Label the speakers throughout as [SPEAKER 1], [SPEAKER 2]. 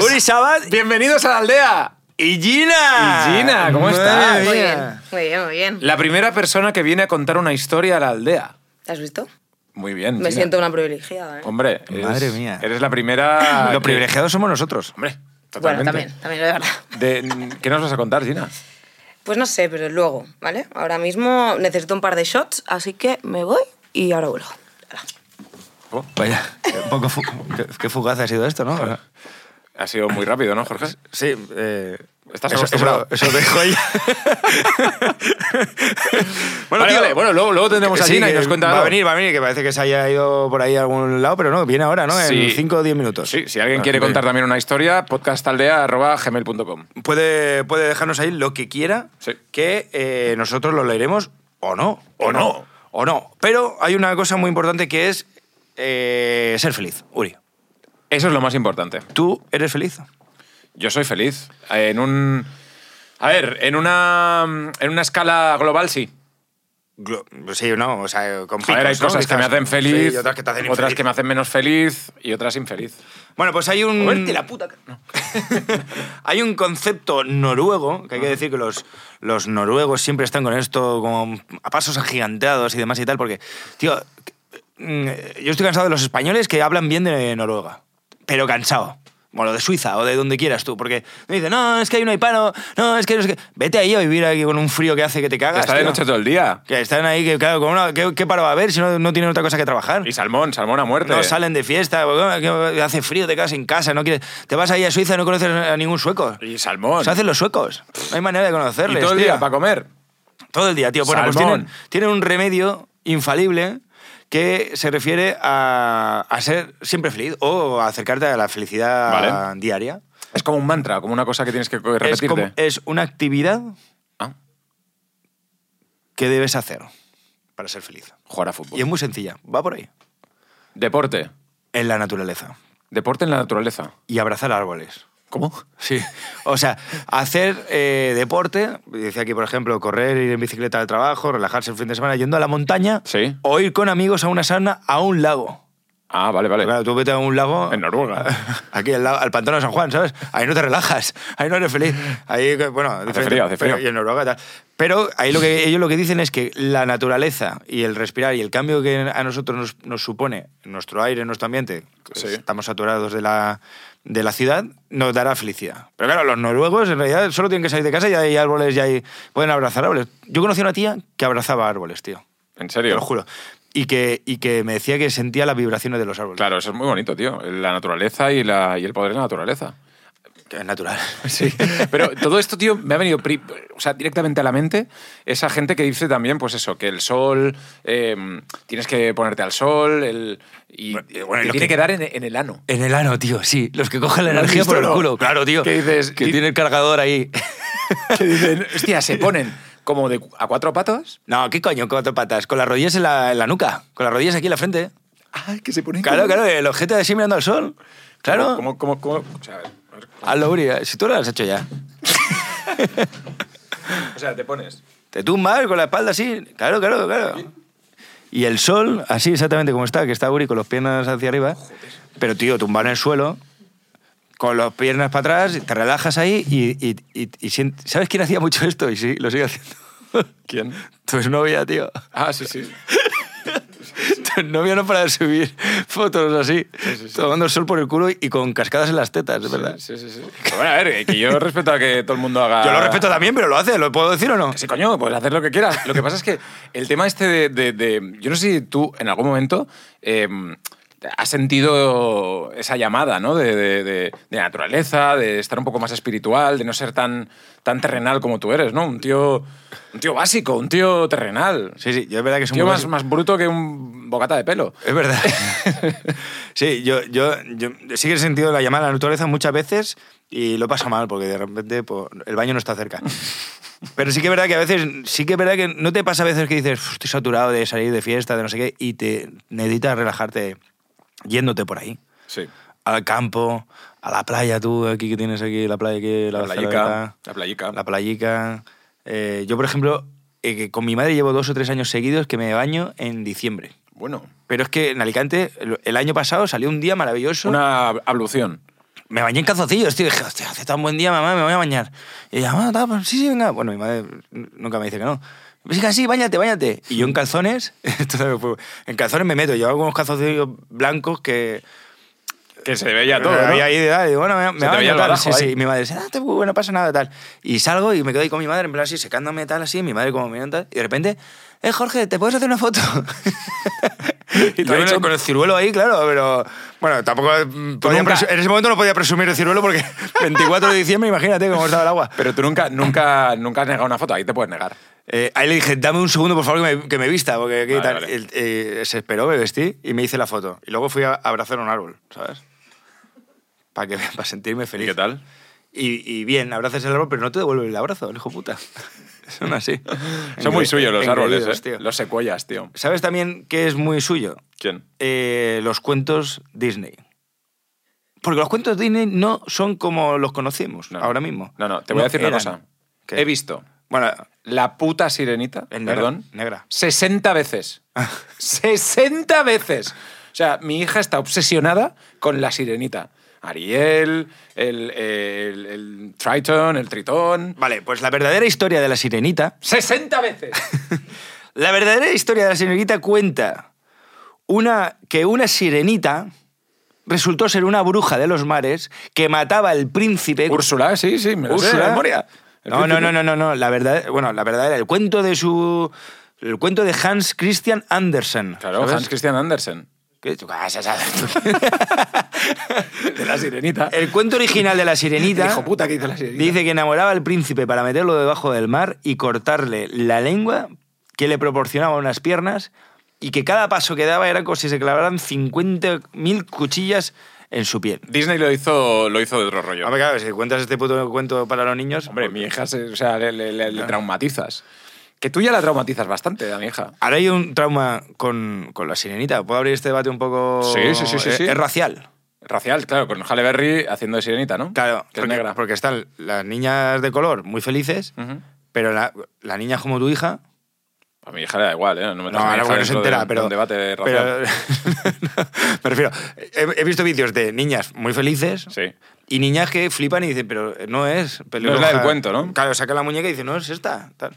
[SPEAKER 1] Jordi Sabat
[SPEAKER 2] Bienvenidos a la aldea.
[SPEAKER 1] y Gina.
[SPEAKER 2] Y Gina, ¿cómo estás?
[SPEAKER 3] Muy
[SPEAKER 2] Mira.
[SPEAKER 3] bien, muy bien, muy bien.
[SPEAKER 2] Ah, La primera persona que viene a contar una historia a la aldea.
[SPEAKER 3] ¿Te has visto?
[SPEAKER 2] Muy bien.
[SPEAKER 3] Me
[SPEAKER 2] Gina.
[SPEAKER 3] siento una privilegiada. ¿eh?
[SPEAKER 2] Hombre, eres-
[SPEAKER 1] Madre mía.
[SPEAKER 2] Eres la primera.
[SPEAKER 1] Los
[SPEAKER 2] que-
[SPEAKER 1] privilegiados somos nosotros.
[SPEAKER 2] Hombre, totalmente.
[SPEAKER 3] bueno, también, también, de verdad.
[SPEAKER 2] De- ¿Qué nos vas a contar, Gina?
[SPEAKER 3] Pues no sé, pero luego, ¿vale? Ahora mismo necesito un par de shots, así que me voy y ahora vuelvo.
[SPEAKER 2] Oh,
[SPEAKER 1] Vaya, qué, poco fu- qué, qué fugaz ha sido esto, ¿no?
[SPEAKER 2] ha sido muy rápido, ¿no, Jorge?
[SPEAKER 1] Sí, eh,
[SPEAKER 2] Estás
[SPEAKER 1] eso,
[SPEAKER 2] acostumbrado.
[SPEAKER 1] eso, eso lo dejo ahí.
[SPEAKER 2] Bueno,
[SPEAKER 1] tío,
[SPEAKER 2] bueno luego, luego tendremos a
[SPEAKER 1] Sí,
[SPEAKER 2] Gina y
[SPEAKER 1] que
[SPEAKER 2] nos cuenta.
[SPEAKER 1] Va a
[SPEAKER 2] algo.
[SPEAKER 1] venir, va a venir, que parece que se haya ido por ahí a algún lado, pero no, viene ahora, ¿no? En
[SPEAKER 2] Sí.
[SPEAKER 1] 5 o 10 minutos. Ah,
[SPEAKER 2] Sí, si alguien quiere contar también una historia, podcastaldea.gmail.com.
[SPEAKER 1] Puede, puede dejarnos ahí lo que quiera,
[SPEAKER 2] Sí.
[SPEAKER 1] que eh, nosotros lo leeremos o no.
[SPEAKER 2] O no.
[SPEAKER 1] O no. Pero hay una cosa muy importante que es eh, ser feliz, Uri.
[SPEAKER 2] Eso es lo más importante.
[SPEAKER 1] ¿Tú eres feliz?
[SPEAKER 2] Yo soy feliz. En un. A ver, en una. En una escala global, sí.
[SPEAKER 1] Glo- Sí, no, o sea, con
[SPEAKER 2] A ver, hay
[SPEAKER 1] picos, ¿no?
[SPEAKER 2] cosas que me
[SPEAKER 1] Quizás.
[SPEAKER 2] hacen feliz,
[SPEAKER 1] Sí, y otras que te hacen
[SPEAKER 2] otras
[SPEAKER 1] infeliz.
[SPEAKER 2] que me hacen menos feliz y otras infeliz.
[SPEAKER 1] Bueno, pues hay un...
[SPEAKER 2] puta. No.
[SPEAKER 1] Hay un concepto noruego, que hay que decir que los, los noruegos siempre están con esto como a pasos agigantados y demás y tal, porque, tío, mm, yo estoy cansado de los españoles que hablan bien de Noruega, pero cansado. Bueno, de Suiza o de donde quieras tú, porque me dicen, no, es que ahí no hay paro, no, es que no sé qué". Vete ahí a vivir aquí con un frío que hace que te cagas.
[SPEAKER 2] Está de
[SPEAKER 1] tío.
[SPEAKER 2] noche todo el día.
[SPEAKER 1] Que están ahí, que claro, con una, ¿qué, qué paro va a haber si no, no tienen otra cosa que trabajar?
[SPEAKER 2] Y salmón, salmón a muerte.
[SPEAKER 1] No salen de fiesta, porque, ah, que hace frío, te quedas en casa, no quieres... Te vas ahí a Suiza y no conoces a ningún sueco.
[SPEAKER 2] Y salmón.
[SPEAKER 1] Se hacen los suecos. No hay manera de
[SPEAKER 2] y
[SPEAKER 1] conocerles.
[SPEAKER 2] todo el
[SPEAKER 1] tío.
[SPEAKER 2] día para comer.
[SPEAKER 1] Todo el día, tío. Bueno, pues
[SPEAKER 2] Salmón.
[SPEAKER 1] tienen, tienen un remedio infalible que se refiere a, a ser siempre feliz o a acercarte a la felicidad
[SPEAKER 2] Vale.
[SPEAKER 1] diaria.
[SPEAKER 2] Es como un mantra, como una cosa que tienes que co-
[SPEAKER 1] Es,
[SPEAKER 2] repetirte.
[SPEAKER 1] como- es una actividad
[SPEAKER 2] Ah,
[SPEAKER 1] que debes hacer para ser feliz.
[SPEAKER 2] jugar a
[SPEAKER 1] Y es
[SPEAKER 2] fútbol.
[SPEAKER 1] muy sencilla. Va por ahí.
[SPEAKER 2] Deporte.
[SPEAKER 1] En la naturaleza.
[SPEAKER 2] Deporte en la naturaleza.
[SPEAKER 1] Y abrazar árboles.
[SPEAKER 2] ¿Cómo?
[SPEAKER 1] Sí. O sea, hacer eh, deporte, dice aquí, por ejemplo, correr, ir en bicicleta al trabajo, relajarse el fin de semana yendo a la montaña
[SPEAKER 2] Sí.
[SPEAKER 1] o ir con amigos a una sauna a un lago.
[SPEAKER 2] Ah, vale, vale.
[SPEAKER 1] Claro, tú vete a un lago.
[SPEAKER 2] En Noruega.
[SPEAKER 1] Aquí al, la- al pantano de San Juan, ¿sabes? Ahí no te relajas, ahí no eres feliz. Ahí, que, bueno, diferente,
[SPEAKER 2] frío, hace
[SPEAKER 1] pero-
[SPEAKER 2] frío.
[SPEAKER 1] y en Noruega tal. Pero ahí lo que ellos lo que dicen es que la naturaleza y el respirar y el cambio que a nosotros nos, nos supone nuestro aire, nuestro ambiente, que
[SPEAKER 2] Sí.
[SPEAKER 1] estamos saturados de la, de la ciudad, nos dará felicidad. Pero claro, los noruegos en realidad solo tienen que salir de casa y hay árboles y hay, pueden abrazar árboles. Yo conocí a una tía que abrazaba árboles, tío.
[SPEAKER 2] En
[SPEAKER 1] Te
[SPEAKER 2] serio.
[SPEAKER 1] lo juro. Y que, y que me decía que sentía las vibraciones de los árboles.
[SPEAKER 2] Claro, eso es muy bonito, tío. La naturaleza y, la, y el poder de la naturaleza.
[SPEAKER 1] Que es natural.
[SPEAKER 2] Sí. Pero todo esto, tío, me ha venido pri- o sea, directamente a la mente esa gente que dice también, pues eso, que el sol, eh, tienes que ponerte al sol, el, y,
[SPEAKER 1] Bueno, y bueno, y
[SPEAKER 2] te
[SPEAKER 1] lo
[SPEAKER 2] tiene
[SPEAKER 1] que-
[SPEAKER 2] que dar en, en el ano.
[SPEAKER 1] En el ano, tío, sí. Los que cogen la
[SPEAKER 2] ¿Lo has
[SPEAKER 1] energía
[SPEAKER 2] visto
[SPEAKER 1] por el
[SPEAKER 2] o no?
[SPEAKER 1] culo. Claro, tío.
[SPEAKER 2] ¿Qué dices?
[SPEAKER 1] Que
[SPEAKER 2] Y-
[SPEAKER 1] tiene el cargador ahí.
[SPEAKER 2] Que dicen, hostia, se ponen como de cu- a cuatro patas.
[SPEAKER 1] No, ¿qué coño? Cuatro patas. Con las rodillas en la, en la nuca. Con las rodillas aquí en la frente. ¿eh?
[SPEAKER 2] Ah, que se ponen.
[SPEAKER 1] Claro, claro. El objeto de así mirando al sol. Claro.
[SPEAKER 2] Como, como, como, o sea, a ver, a ver,
[SPEAKER 1] Hazlo, Uri. eh. Si tú lo has hecho ya.
[SPEAKER 2] o sea, te pones.
[SPEAKER 1] Te tumbas con la espalda así. Claro, claro, claro. Y el sol, así exactamente como está, que está Uri con las piernas hacia arriba. Pero, tío, tumbado en el suelo, con las piernas para atrás, te relajas ahí y, y- y- y sient- ¿Sabes quién hacía mucho esto? Y sí, lo sigue haciendo.
[SPEAKER 2] ¿Quién?
[SPEAKER 1] Tu novia, tío.
[SPEAKER 2] Ah, sí, sí.
[SPEAKER 1] Tu novia no para de subir fotos así, tomando el sol por el culo y con cascadas en las tetas, es verdad.
[SPEAKER 2] Sí, sí, sí. Pero Bueno, a ver, eh, que yo respeto a que todo el mundo haga.
[SPEAKER 1] Yo lo respeto también, pero lo hace, ¿lo puedo decir o no?
[SPEAKER 2] Que Ah. Sí, coño, pues hacer lo que quieras. Lo que pasa es que el tema este de... de- de- yo no sé si tú en algún momento eh, has sentido esa llamada, ¿no? De, de- de- de naturaleza, de estar un poco más espiritual, de no ser tan, tan terrenal como tú eres, ¿no? Un tío, un tío básico, un tío terrenal.
[SPEAKER 1] Sí, sí, yo es verdad que
[SPEAKER 2] un
[SPEAKER 1] soy
[SPEAKER 2] tío
[SPEAKER 1] muy
[SPEAKER 2] más,
[SPEAKER 1] básico.
[SPEAKER 2] más bruto que un bocata de pelo.
[SPEAKER 1] Es verdad. sí, yo, yo, yo sí que he sentido la llamada a la naturaleza muchas veces y lo pasa mal porque de repente pues, el baño no está cerca. Pero sí que es verdad que a veces, sí que es verdad que no te pasa a veces que dices, "Uf, estoy saturado de salir de fiesta, de no sé qué, y te necesitas relajarte yéndote por ahí.
[SPEAKER 2] Sí.
[SPEAKER 1] Al campo, a la playa tú, aquí que tienes aquí, la playa que
[SPEAKER 2] La playica. La playica.
[SPEAKER 1] la playica. Eh, yo, por ejemplo, eh, que con mi madre llevo dos o tres años seguidos que me baño en diciembre.
[SPEAKER 2] Bueno.
[SPEAKER 1] Pero es que en Alicante el- el año pasado salió un día maravilloso.
[SPEAKER 2] Una ablución.
[SPEAKER 1] me bañé en calzoncillos, tío. Dije, hostia, hace tan buen día, mamá, me voy a bañar. Y ella, mamá, tal, pues sí, sí, venga. Bueno, mi madre nunca me dice que no. Sí, sí, bañate, bañate. Y yo en calzones, entonces me fui- en calzones me meto. Llevaba unos calzoncillos blancos que
[SPEAKER 2] Que se veía todo, ¿no?
[SPEAKER 1] había ahí de edad, y bueno, me, me
[SPEAKER 2] te
[SPEAKER 1] baño,
[SPEAKER 2] veía el
[SPEAKER 1] tal,
[SPEAKER 2] barajo
[SPEAKER 1] sí, sí.
[SPEAKER 2] ahí.
[SPEAKER 1] Y mi madre dice, ah, te- bueno, no pasa nada, tal. Y salgo y me quedo ahí con mi madre, en plan así, secándome, tal, así, y mi madre como mirando, tal. Y de repente, eh, Jorge, ¿te puedes hacer una foto?
[SPEAKER 2] Y
[SPEAKER 1] y
[SPEAKER 2] tú
[SPEAKER 1] lo he
[SPEAKER 2] no-
[SPEAKER 1] hecho con el ciruelo ahí, claro, pero... Bueno, tampoco... mm, podía
[SPEAKER 2] nunca-
[SPEAKER 1] presu- En ese momento no podía presumir el ciruelo porque 24 de diciembre, imagínate cómo estaba el agua.
[SPEAKER 2] Pero tú nunca, nunca, nunca has negado una foto, ahí te puedes negar.
[SPEAKER 1] Eh, ahí le dije, dame un segundo, por favor, que me, que me vista, porque aquí
[SPEAKER 2] Vale,
[SPEAKER 1] tal.
[SPEAKER 2] vale.
[SPEAKER 1] El- eh, se esperó, me vestí y me hice la foto. Y luego fui a abrazar un árbol, ¿sabes? Para que para sentirme
[SPEAKER 2] ¿Y
[SPEAKER 1] feliz.
[SPEAKER 2] qué tal?
[SPEAKER 1] Y, y bien, abrazas el árbol, pero no te devuelve el abrazo, el hijo puta. Son así.
[SPEAKER 2] Son muy
[SPEAKER 1] Engre-
[SPEAKER 2] suyos los árboles,
[SPEAKER 1] engreídos,
[SPEAKER 2] ¿eh?
[SPEAKER 1] tío.
[SPEAKER 2] Los secuellas, tío.
[SPEAKER 1] ¿Sabes también qué es muy suyo?
[SPEAKER 2] ¿Quién?
[SPEAKER 1] Eh, los cuentos Disney. Porque los cuentos Disney no son como los conocemos
[SPEAKER 2] No.
[SPEAKER 1] ahora mismo.
[SPEAKER 2] No, no, te voy a decir una
[SPEAKER 1] eran.
[SPEAKER 2] cosa.
[SPEAKER 1] ¿Qué?
[SPEAKER 2] He visto
[SPEAKER 1] Bueno,
[SPEAKER 2] la puta sirenita,
[SPEAKER 1] en negra,
[SPEAKER 2] perdón,
[SPEAKER 1] Negra. Ah.
[SPEAKER 2] 60 veces. 60 veces. O sea, mi hija está obsesionada con la sirenita. Ariel, el, el, el Triton, el Tritón.
[SPEAKER 1] Vale, pues la verdadera historia de la sirenita
[SPEAKER 2] ¡60 veces!
[SPEAKER 1] La verdadera historia de la sirenita cuenta una, que una sirenita resultó ser una bruja de los mares que mataba al príncipe.
[SPEAKER 2] Úrsula, sí, sí, me lo sé de
[SPEAKER 1] Úrsula.
[SPEAKER 2] memoria. El
[SPEAKER 1] No, no,
[SPEAKER 2] príncipe.
[SPEAKER 1] no, no, no, no, La verdad, bueno, la verdadera, el cuento de su. El cuento de Hans Christian Andersen.
[SPEAKER 2] Claro,
[SPEAKER 1] ¿sabes?
[SPEAKER 2] Hans Christian Andersen.
[SPEAKER 1] ¿Qué? ¿Tú qué haces?
[SPEAKER 2] De la sirenita.
[SPEAKER 1] El cuento original de la sirenita.
[SPEAKER 2] El hijo puta que hizo la sirenita.
[SPEAKER 1] Dice que enamoraba al príncipe para meterlo debajo del mar y cortarle la lengua que le proporcionaba unas piernas y que cada paso que daba era como si se clavaran 50.000 cuchillas en su piel.
[SPEAKER 2] Disney lo hizo, lo hizo de otro rollo.
[SPEAKER 1] Hombre, claro, si cuentas este puto cuento para los niños... pues,
[SPEAKER 2] Hombre, mi hija se- o sea, le, le- le- le traumatizas. Que tú ya la traumatizas bastante a mi hija.
[SPEAKER 1] Ahora hay un trauma con, con la sirenita. ¿Puedo abrir este debate un poco...?
[SPEAKER 2] Sí, sí, sí, sí,
[SPEAKER 1] Es,
[SPEAKER 2] sí.
[SPEAKER 1] es racial.
[SPEAKER 2] Racial, claro, con Halle Berry haciendo de sirenita, ¿no?
[SPEAKER 1] Claro,
[SPEAKER 2] Que es
[SPEAKER 1] porque-
[SPEAKER 2] negra. Mm.
[SPEAKER 1] porque están las niñas de color muy felices,
[SPEAKER 2] Ujú.
[SPEAKER 1] pero la, la niña como tu hija...
[SPEAKER 2] A mi hija le da igual, ¿eh? No, me
[SPEAKER 1] No, ahora bueno, se entera, pero.
[SPEAKER 2] Un debate racial.
[SPEAKER 1] pero- me refiero, he, he visto vídeos de niñas muy felices
[SPEAKER 2] Sí.
[SPEAKER 1] y niñas que flipan y dicen, pero no es.
[SPEAKER 2] No es la del cuento, ¿no?
[SPEAKER 1] Claro, saca la muñeca y dice, no es esta. tal.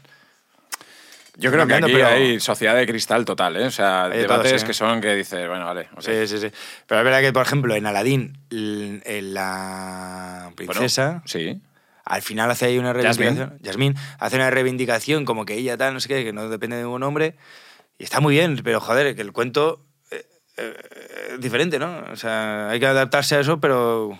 [SPEAKER 2] Yo creo que
[SPEAKER 1] Cambiando,
[SPEAKER 2] aquí
[SPEAKER 1] pero-
[SPEAKER 2] hay sociedad de cristal total, ¿eh? O sea,
[SPEAKER 1] Hay de todo,
[SPEAKER 2] debates
[SPEAKER 1] sí.
[SPEAKER 2] que son que dices, bueno, vale. ok.
[SPEAKER 1] Sí, sí, sí. Pero es verdad que, por ejemplo, en Aladdin, l- en la
[SPEAKER 2] Bueno,
[SPEAKER 1] princesa.
[SPEAKER 2] sí.
[SPEAKER 1] Al final hace ahí una
[SPEAKER 2] Jasmine.
[SPEAKER 1] reivindicación. Jasmine hace una reivindicación como que ella tal, no sé qué, que no depende de ningún hombre. Y está muy bien, pero joder, que el cuento eh, eh, es diferente, ¿no? O sea, hay que adaptarse a eso, pero...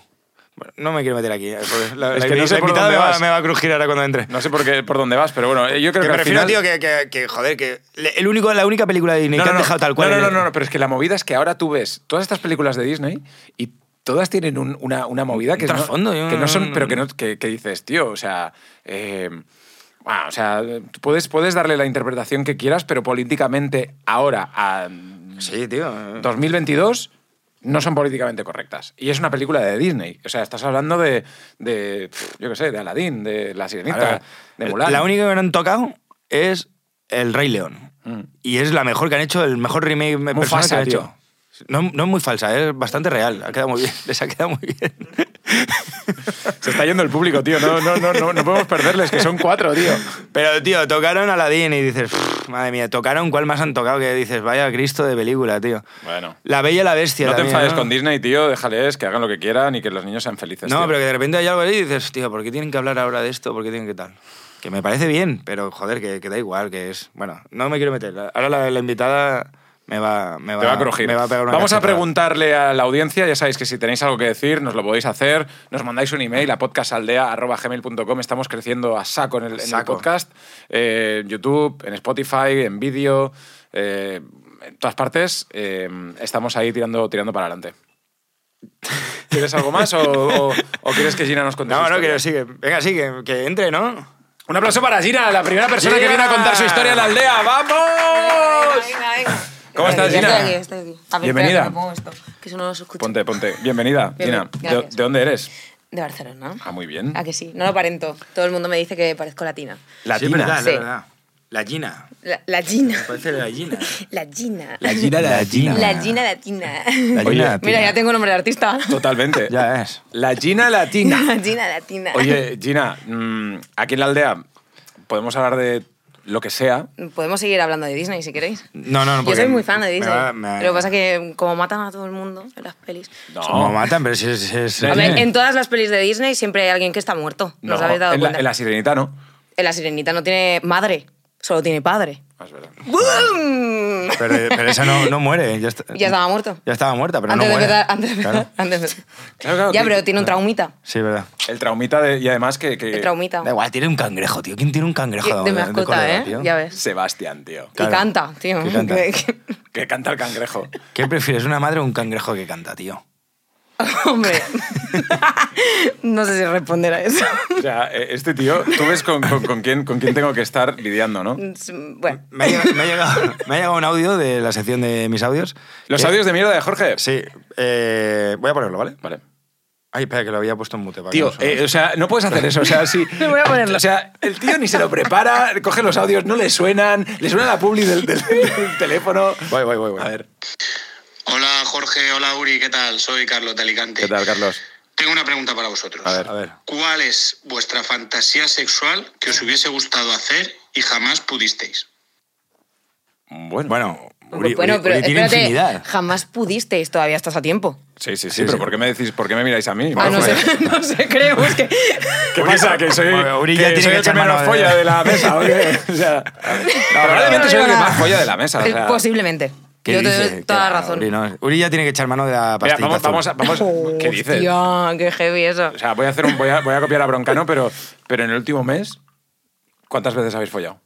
[SPEAKER 1] bueno, no me quiero meter aquí. eh, porque La,
[SPEAKER 2] Es
[SPEAKER 1] la
[SPEAKER 2] que no sé
[SPEAKER 1] la
[SPEAKER 2] por
[SPEAKER 1] invitada
[SPEAKER 2] dónde
[SPEAKER 1] me va,
[SPEAKER 2] vas.
[SPEAKER 1] me va a crujir ahora cuando entre.
[SPEAKER 2] No sé por, qué, por dónde vas, pero bueno, eh, yo
[SPEAKER 1] que
[SPEAKER 2] creo que,
[SPEAKER 1] me
[SPEAKER 2] al
[SPEAKER 1] refiero, tío,
[SPEAKER 2] final...
[SPEAKER 1] que, que- que, joder, que le- el único, la única película de Disney que han dejado tal cual.
[SPEAKER 2] No, no,
[SPEAKER 1] en-
[SPEAKER 2] no, no, pero es que la movida es que ahora tú ves todas estas películas de Disney y todas tienen un- una, una movida que,
[SPEAKER 1] Un trasfondo, yo
[SPEAKER 2] no, que no son,
[SPEAKER 1] no-
[SPEAKER 2] pero que, no, que, que dices, tío, o sea, eh, bueno, o sea, tú puedes, puedes darle la interpretación que quieras, pero políticamente ahora, a
[SPEAKER 1] Sí, tío.
[SPEAKER 2] 2022, no son políticamente correctas. Y es una película de Disney. O sea, estás hablando de, de pf, yo qué sé, de Aladdin, de La Sirenita,
[SPEAKER 1] Ahora,
[SPEAKER 2] de Mulan.
[SPEAKER 1] La única que no han tocado es El Rey León.
[SPEAKER 2] Mm.
[SPEAKER 1] Y es la mejor que han hecho, el mejor remake personal
[SPEAKER 2] falsa,
[SPEAKER 1] que han
[SPEAKER 2] tío.
[SPEAKER 1] hecho. No, no es muy falsa, es bastante real. Ha quedado muy bien, les ha quedado muy bien.
[SPEAKER 2] Se está yendo el público, tío. No, no, no, no, no podemos perderles, que son cuatro, tío.
[SPEAKER 1] Pero, tío, tocaron Aladdin y dices, "Pff, madre mía, tocaron cuál más han tocado que dices, vaya Cristo de película, tío.
[SPEAKER 2] Bueno.
[SPEAKER 1] La Bella y la Bestia.
[SPEAKER 2] No te
[SPEAKER 1] también,
[SPEAKER 2] enfades
[SPEAKER 1] ¿no?
[SPEAKER 2] con Disney, tío. Déjales que hagan lo que quieran y que los niños sean felices.
[SPEAKER 1] No,
[SPEAKER 2] tío.
[SPEAKER 1] pero que de repente hay algo ahí y dices, tío, ¿por qué tienen que hablar ahora de esto? ¿Por qué tienen que tal? Que me parece bien, pero joder, que, que da igual, que es. Bueno, no me quiero meter. Ahora la, la invitada me va, me va,
[SPEAKER 2] Te va a crujir.
[SPEAKER 1] Me va a pegar una
[SPEAKER 2] Vamos a
[SPEAKER 1] cachetada.
[SPEAKER 2] preguntarle a la audiencia. Ya sabéis que si tenéis algo que decir, nos lo podéis hacer. Nos mandáis un email a podcastaldea.gmail.com. Estamos creciendo a saco en el, en el
[SPEAKER 1] Saco.
[SPEAKER 2] podcast. Eh, en YouTube, en Spotify, en vídeo, eh, en todas partes. eh, estamos ahí tirando, tirando para adelante. ¿Quieres algo más o, o- o quieres que Gina nos cuente su
[SPEAKER 1] No, no,
[SPEAKER 2] historia?
[SPEAKER 1] que sigue. Venga, sigue, que entre, ¿no?
[SPEAKER 2] Un aplauso para Gina, la primera persona que
[SPEAKER 1] Gina.
[SPEAKER 2] viene a contar su historia en la aldea. ¡Vamos! ¿Cómo estás,
[SPEAKER 3] Ya
[SPEAKER 2] Gina?
[SPEAKER 3] Estoy aquí, estoy aquí. A ver,
[SPEAKER 2] Bienvenida.
[SPEAKER 3] espera que me pongo esto, que si no los escucho.
[SPEAKER 2] Ponte, ponte. Bienvenida,
[SPEAKER 3] Bien,
[SPEAKER 2] Gina.
[SPEAKER 3] bien,
[SPEAKER 2] ¿De,
[SPEAKER 3] gracias.
[SPEAKER 2] de dónde eres?
[SPEAKER 3] De Barcelona.
[SPEAKER 2] Ah, muy bien.
[SPEAKER 3] ¿A que sí? No lo aparento. Todo el mundo me dice que parezco latina.
[SPEAKER 1] Sí, es verdad,
[SPEAKER 2] Latina.
[SPEAKER 1] es
[SPEAKER 3] Sí.
[SPEAKER 1] verdad. La Gina.
[SPEAKER 3] La, la Gina.
[SPEAKER 1] Me Parece la Gina.
[SPEAKER 3] La Gina.
[SPEAKER 2] La Gina, la Gina.
[SPEAKER 3] La Gina latina.
[SPEAKER 1] La
[SPEAKER 2] Oye,
[SPEAKER 1] Gina latina.
[SPEAKER 3] Mira, ya tengo nombre de artista.
[SPEAKER 2] Totalmente.
[SPEAKER 1] Ya es.
[SPEAKER 2] La Gina Latina.
[SPEAKER 3] La Gina latina.
[SPEAKER 2] Oye, Gina, mm, aquí en la aldea podemos hablar de lo que sea.
[SPEAKER 3] Podemos seguir hablando de Disney si queréis.
[SPEAKER 1] No, no, no.
[SPEAKER 3] Yo
[SPEAKER 1] porque
[SPEAKER 3] soy muy fan de
[SPEAKER 1] me
[SPEAKER 3] Disney.
[SPEAKER 1] va- me-
[SPEAKER 3] Lo que pasa es que como matan a todo el mundo en las pelis.
[SPEAKER 1] No matan, pero si es. si es-
[SPEAKER 2] A
[SPEAKER 3] A
[SPEAKER 2] Sí.
[SPEAKER 3] ver, en todas las pelis de Disney siempre hay alguien que está muerto. ¿Nos
[SPEAKER 2] No,
[SPEAKER 3] habéis dado
[SPEAKER 2] en, la,
[SPEAKER 3] cuenta?
[SPEAKER 2] en la sirenita no.
[SPEAKER 3] En la sirenita no tiene madre, solo tiene padre.
[SPEAKER 2] Ah, es verdad.
[SPEAKER 3] ¡Bum!
[SPEAKER 1] Pero, pero esa no, no muere. Ya, está-
[SPEAKER 3] Ya estaba muerto.
[SPEAKER 1] Ya estaba muerta, pero
[SPEAKER 3] antes,
[SPEAKER 1] no
[SPEAKER 3] de
[SPEAKER 1] muere.
[SPEAKER 3] empezar, antes de empezar.
[SPEAKER 1] Claro.
[SPEAKER 3] antes de-
[SPEAKER 2] Claro, claro,
[SPEAKER 3] ya,
[SPEAKER 2] que-
[SPEAKER 3] pero tiene un traumita.
[SPEAKER 1] Sí, verdad.
[SPEAKER 2] El traumita de- y además que, que-
[SPEAKER 3] El traumita.
[SPEAKER 1] Da igual, tiene un cangrejo, tío. ¿Quién tiene un cangrejo
[SPEAKER 3] Que- de mascota,
[SPEAKER 1] colega,
[SPEAKER 3] ¿eh?
[SPEAKER 1] tío?
[SPEAKER 3] Ya ves.
[SPEAKER 2] Sebastián, tío.
[SPEAKER 1] Claro.
[SPEAKER 3] Y canta, tío.
[SPEAKER 1] Y canta.
[SPEAKER 3] Que- que-
[SPEAKER 2] Que canta el cangrejo.
[SPEAKER 1] ¿Qué prefieres, una madre o un cangrejo que canta, tío?
[SPEAKER 3] Hombre. no sé si responder a eso.
[SPEAKER 2] O sea, eh, este tío, tú ves con, con- con quién, con quién tengo que estar lidiando,
[SPEAKER 3] Mm.
[SPEAKER 2] ¿no?
[SPEAKER 3] Bueno.
[SPEAKER 1] Me ha, llegado, me ha llegado- me ha llegado un audio de la sección de mis audios.
[SPEAKER 2] Los
[SPEAKER 1] Eh,
[SPEAKER 2] audios de mierda de Jorge.
[SPEAKER 1] Sí. eh, voy a ponerlo, ¿vale?
[SPEAKER 2] Vale.
[SPEAKER 1] Ay, espera, que lo había puesto en mute. para que
[SPEAKER 2] Tío,
[SPEAKER 1] no suene.
[SPEAKER 2] eh, o sea, no puedes hacer eso. O sea, sí.
[SPEAKER 3] Me voy a ponerlo.
[SPEAKER 2] O sea, el tío ni se lo prepara, coge los audios, no le suenan, le suena la publi del, del- del teléfono.
[SPEAKER 1] Voy, voy, voy, voy.
[SPEAKER 2] A ver.
[SPEAKER 4] Hola Jorge, hola Uri, ¿qué tal? Soy Carlos de Alicante.
[SPEAKER 2] ¿Qué tal, Carlos?
[SPEAKER 4] Tengo una pregunta para vosotros.
[SPEAKER 2] A ver.
[SPEAKER 1] A ver.
[SPEAKER 4] ¿Cuál es vuestra fantasía sexual que os hubiese gustado hacer y jamás pudisteis?
[SPEAKER 2] Bueno.
[SPEAKER 1] Bueno, Uri-
[SPEAKER 3] Pues bueno,
[SPEAKER 1] Uri-
[SPEAKER 3] pero
[SPEAKER 1] Uri tiene
[SPEAKER 3] espérate,
[SPEAKER 1] infinidad.
[SPEAKER 3] jamás pudisteis, todavía estás a tiempo.
[SPEAKER 2] Sí, sí, sí,
[SPEAKER 1] Sí,
[SPEAKER 2] pero
[SPEAKER 1] sí.
[SPEAKER 2] ¿por qué me decís, por qué me miráis a mí?
[SPEAKER 3] Ah,
[SPEAKER 2] Bueno,
[SPEAKER 3] no sé,
[SPEAKER 2] pues,
[SPEAKER 3] no sé, creemos que.
[SPEAKER 2] ¿Qué pasa? Que soy,
[SPEAKER 1] Bueno, Uri
[SPEAKER 2] que
[SPEAKER 1] ya tiene
[SPEAKER 2] soy
[SPEAKER 1] que
[SPEAKER 2] el que
[SPEAKER 1] echar
[SPEAKER 2] menos
[SPEAKER 1] mano de-
[SPEAKER 2] folla de la mesa, oye. O sea, probablemente soy el que más folla de la mesa. o
[SPEAKER 3] Eh,
[SPEAKER 2] sea.
[SPEAKER 3] Posiblemente.
[SPEAKER 1] ¿Qué
[SPEAKER 3] Yo te
[SPEAKER 1] dice?
[SPEAKER 3] doy
[SPEAKER 1] Que
[SPEAKER 3] toda la
[SPEAKER 1] va,
[SPEAKER 3] razón.
[SPEAKER 1] Uri, no. Uri ya tiene que echar mano de la
[SPEAKER 2] Mira,
[SPEAKER 1] pastillita
[SPEAKER 2] vamos,
[SPEAKER 1] azul.
[SPEAKER 2] vamos, a- vamos. pues, ¿Qué dices?
[SPEAKER 3] Hostia, qué heavy eso.
[SPEAKER 2] O sea, voy a hacer un voy a, voy a copiar a Broncano, pero, pero en el último mes, ¿cuántas veces habéis follado?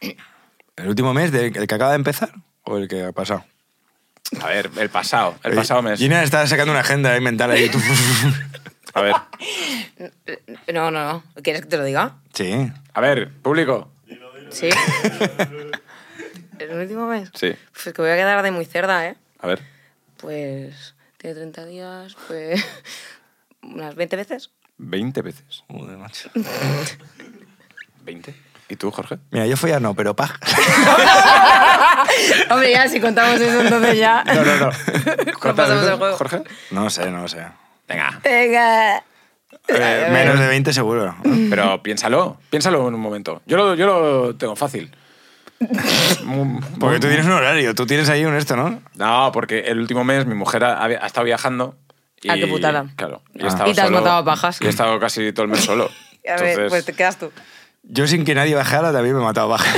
[SPEAKER 1] ¿El último mes del el que acaba de empezar o el que ha pasado?
[SPEAKER 2] A ver, el pasado,
[SPEAKER 1] Eh,
[SPEAKER 2] el pasado mes.
[SPEAKER 1] Gina está sacando una agenda ahí mental ahí. tú.
[SPEAKER 2] A ver,
[SPEAKER 3] No, no, no. ¿Quieres que te lo diga?
[SPEAKER 1] sí.
[SPEAKER 2] a ver, público.
[SPEAKER 3] Sí. ¿El último mes?
[SPEAKER 2] Sí.
[SPEAKER 3] Pues que voy a quedar de muy cerda, ¿eh?
[SPEAKER 2] A ver.
[SPEAKER 3] Pues. Tiene 30 días, pues. Unas 20 veces.
[SPEAKER 2] 20 veces.
[SPEAKER 1] Joder, macho.
[SPEAKER 2] 20. ¿Y tú, Jorge?
[SPEAKER 1] Mira, yo follar no, pero paja.
[SPEAKER 3] Hombre, ya, si contamos eso, entonces ya.
[SPEAKER 2] No, no, no. ¿Cuántas
[SPEAKER 3] pasamos
[SPEAKER 2] veces,
[SPEAKER 3] el juego.
[SPEAKER 2] Jorge?
[SPEAKER 1] No sé, no sé.
[SPEAKER 2] Venga.
[SPEAKER 3] Venga.
[SPEAKER 1] Eh,
[SPEAKER 3] a ver.
[SPEAKER 1] menos de 20 seguro.
[SPEAKER 2] Pero piénsalo, piénsalo en un momento. Yo lo, yo lo tengo fácil.
[SPEAKER 1] Porque tú tienes un horario, tú tienes ahí un esto, ¿no?
[SPEAKER 2] No, porque el último mes mi mujer ha, ha estado viajando. Y,
[SPEAKER 3] Ah, qué putada.
[SPEAKER 2] Claro.
[SPEAKER 3] Ah.
[SPEAKER 2] he estado
[SPEAKER 3] Y te has
[SPEAKER 2] solo-
[SPEAKER 3] matado a pajas.
[SPEAKER 2] Y he estado casi todo el mes solo.
[SPEAKER 3] A ver,
[SPEAKER 2] Entonces,
[SPEAKER 3] pues te quedas tú.
[SPEAKER 1] Yo sin que nadie bajara también me he matado bajas.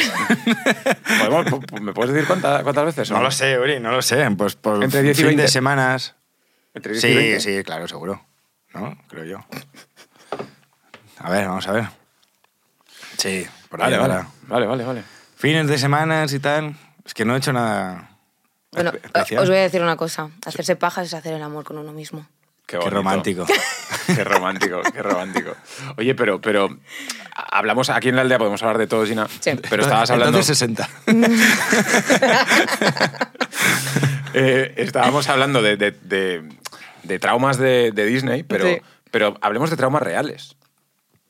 [SPEAKER 2] ¿podemos- pu- pu- ¿Me puedes decir cuánta- cuántas veces? o
[SPEAKER 1] no lo sé, Uri, no lo sé. Pues por
[SPEAKER 2] Entre 10 y
[SPEAKER 1] fin
[SPEAKER 2] 20.
[SPEAKER 1] de semanas.
[SPEAKER 2] Entre 10 y
[SPEAKER 1] Sí,
[SPEAKER 2] 20.
[SPEAKER 1] sí, claro, seguro. ¿No? Creo yo. A ver, vamos a ver. Sí, por ahí
[SPEAKER 2] Vale, vale,
[SPEAKER 1] ahora.
[SPEAKER 2] vale, vale, vale.
[SPEAKER 1] Fines de semanas y tal. Es que no he hecho nada.
[SPEAKER 3] Bueno,
[SPEAKER 1] espe-
[SPEAKER 3] eh,
[SPEAKER 1] especial.
[SPEAKER 3] os voy a decir una cosa. Hacerse pajas es hacer el amor con uno mismo.
[SPEAKER 1] Qué
[SPEAKER 2] Qué, bonito.
[SPEAKER 1] romántico.
[SPEAKER 2] qué romántico, qué romántico. Oye, pero, pero a- hablamos aquí en la aldea, podemos hablar de todo, Gina.
[SPEAKER 3] Sí.
[SPEAKER 2] Pero estabas hablando.
[SPEAKER 1] Entonces 60.
[SPEAKER 2] eh, estábamos hablando de, de- de- de traumas de, de Disney, pero,
[SPEAKER 3] Sí.
[SPEAKER 2] pero hablemos de traumas reales.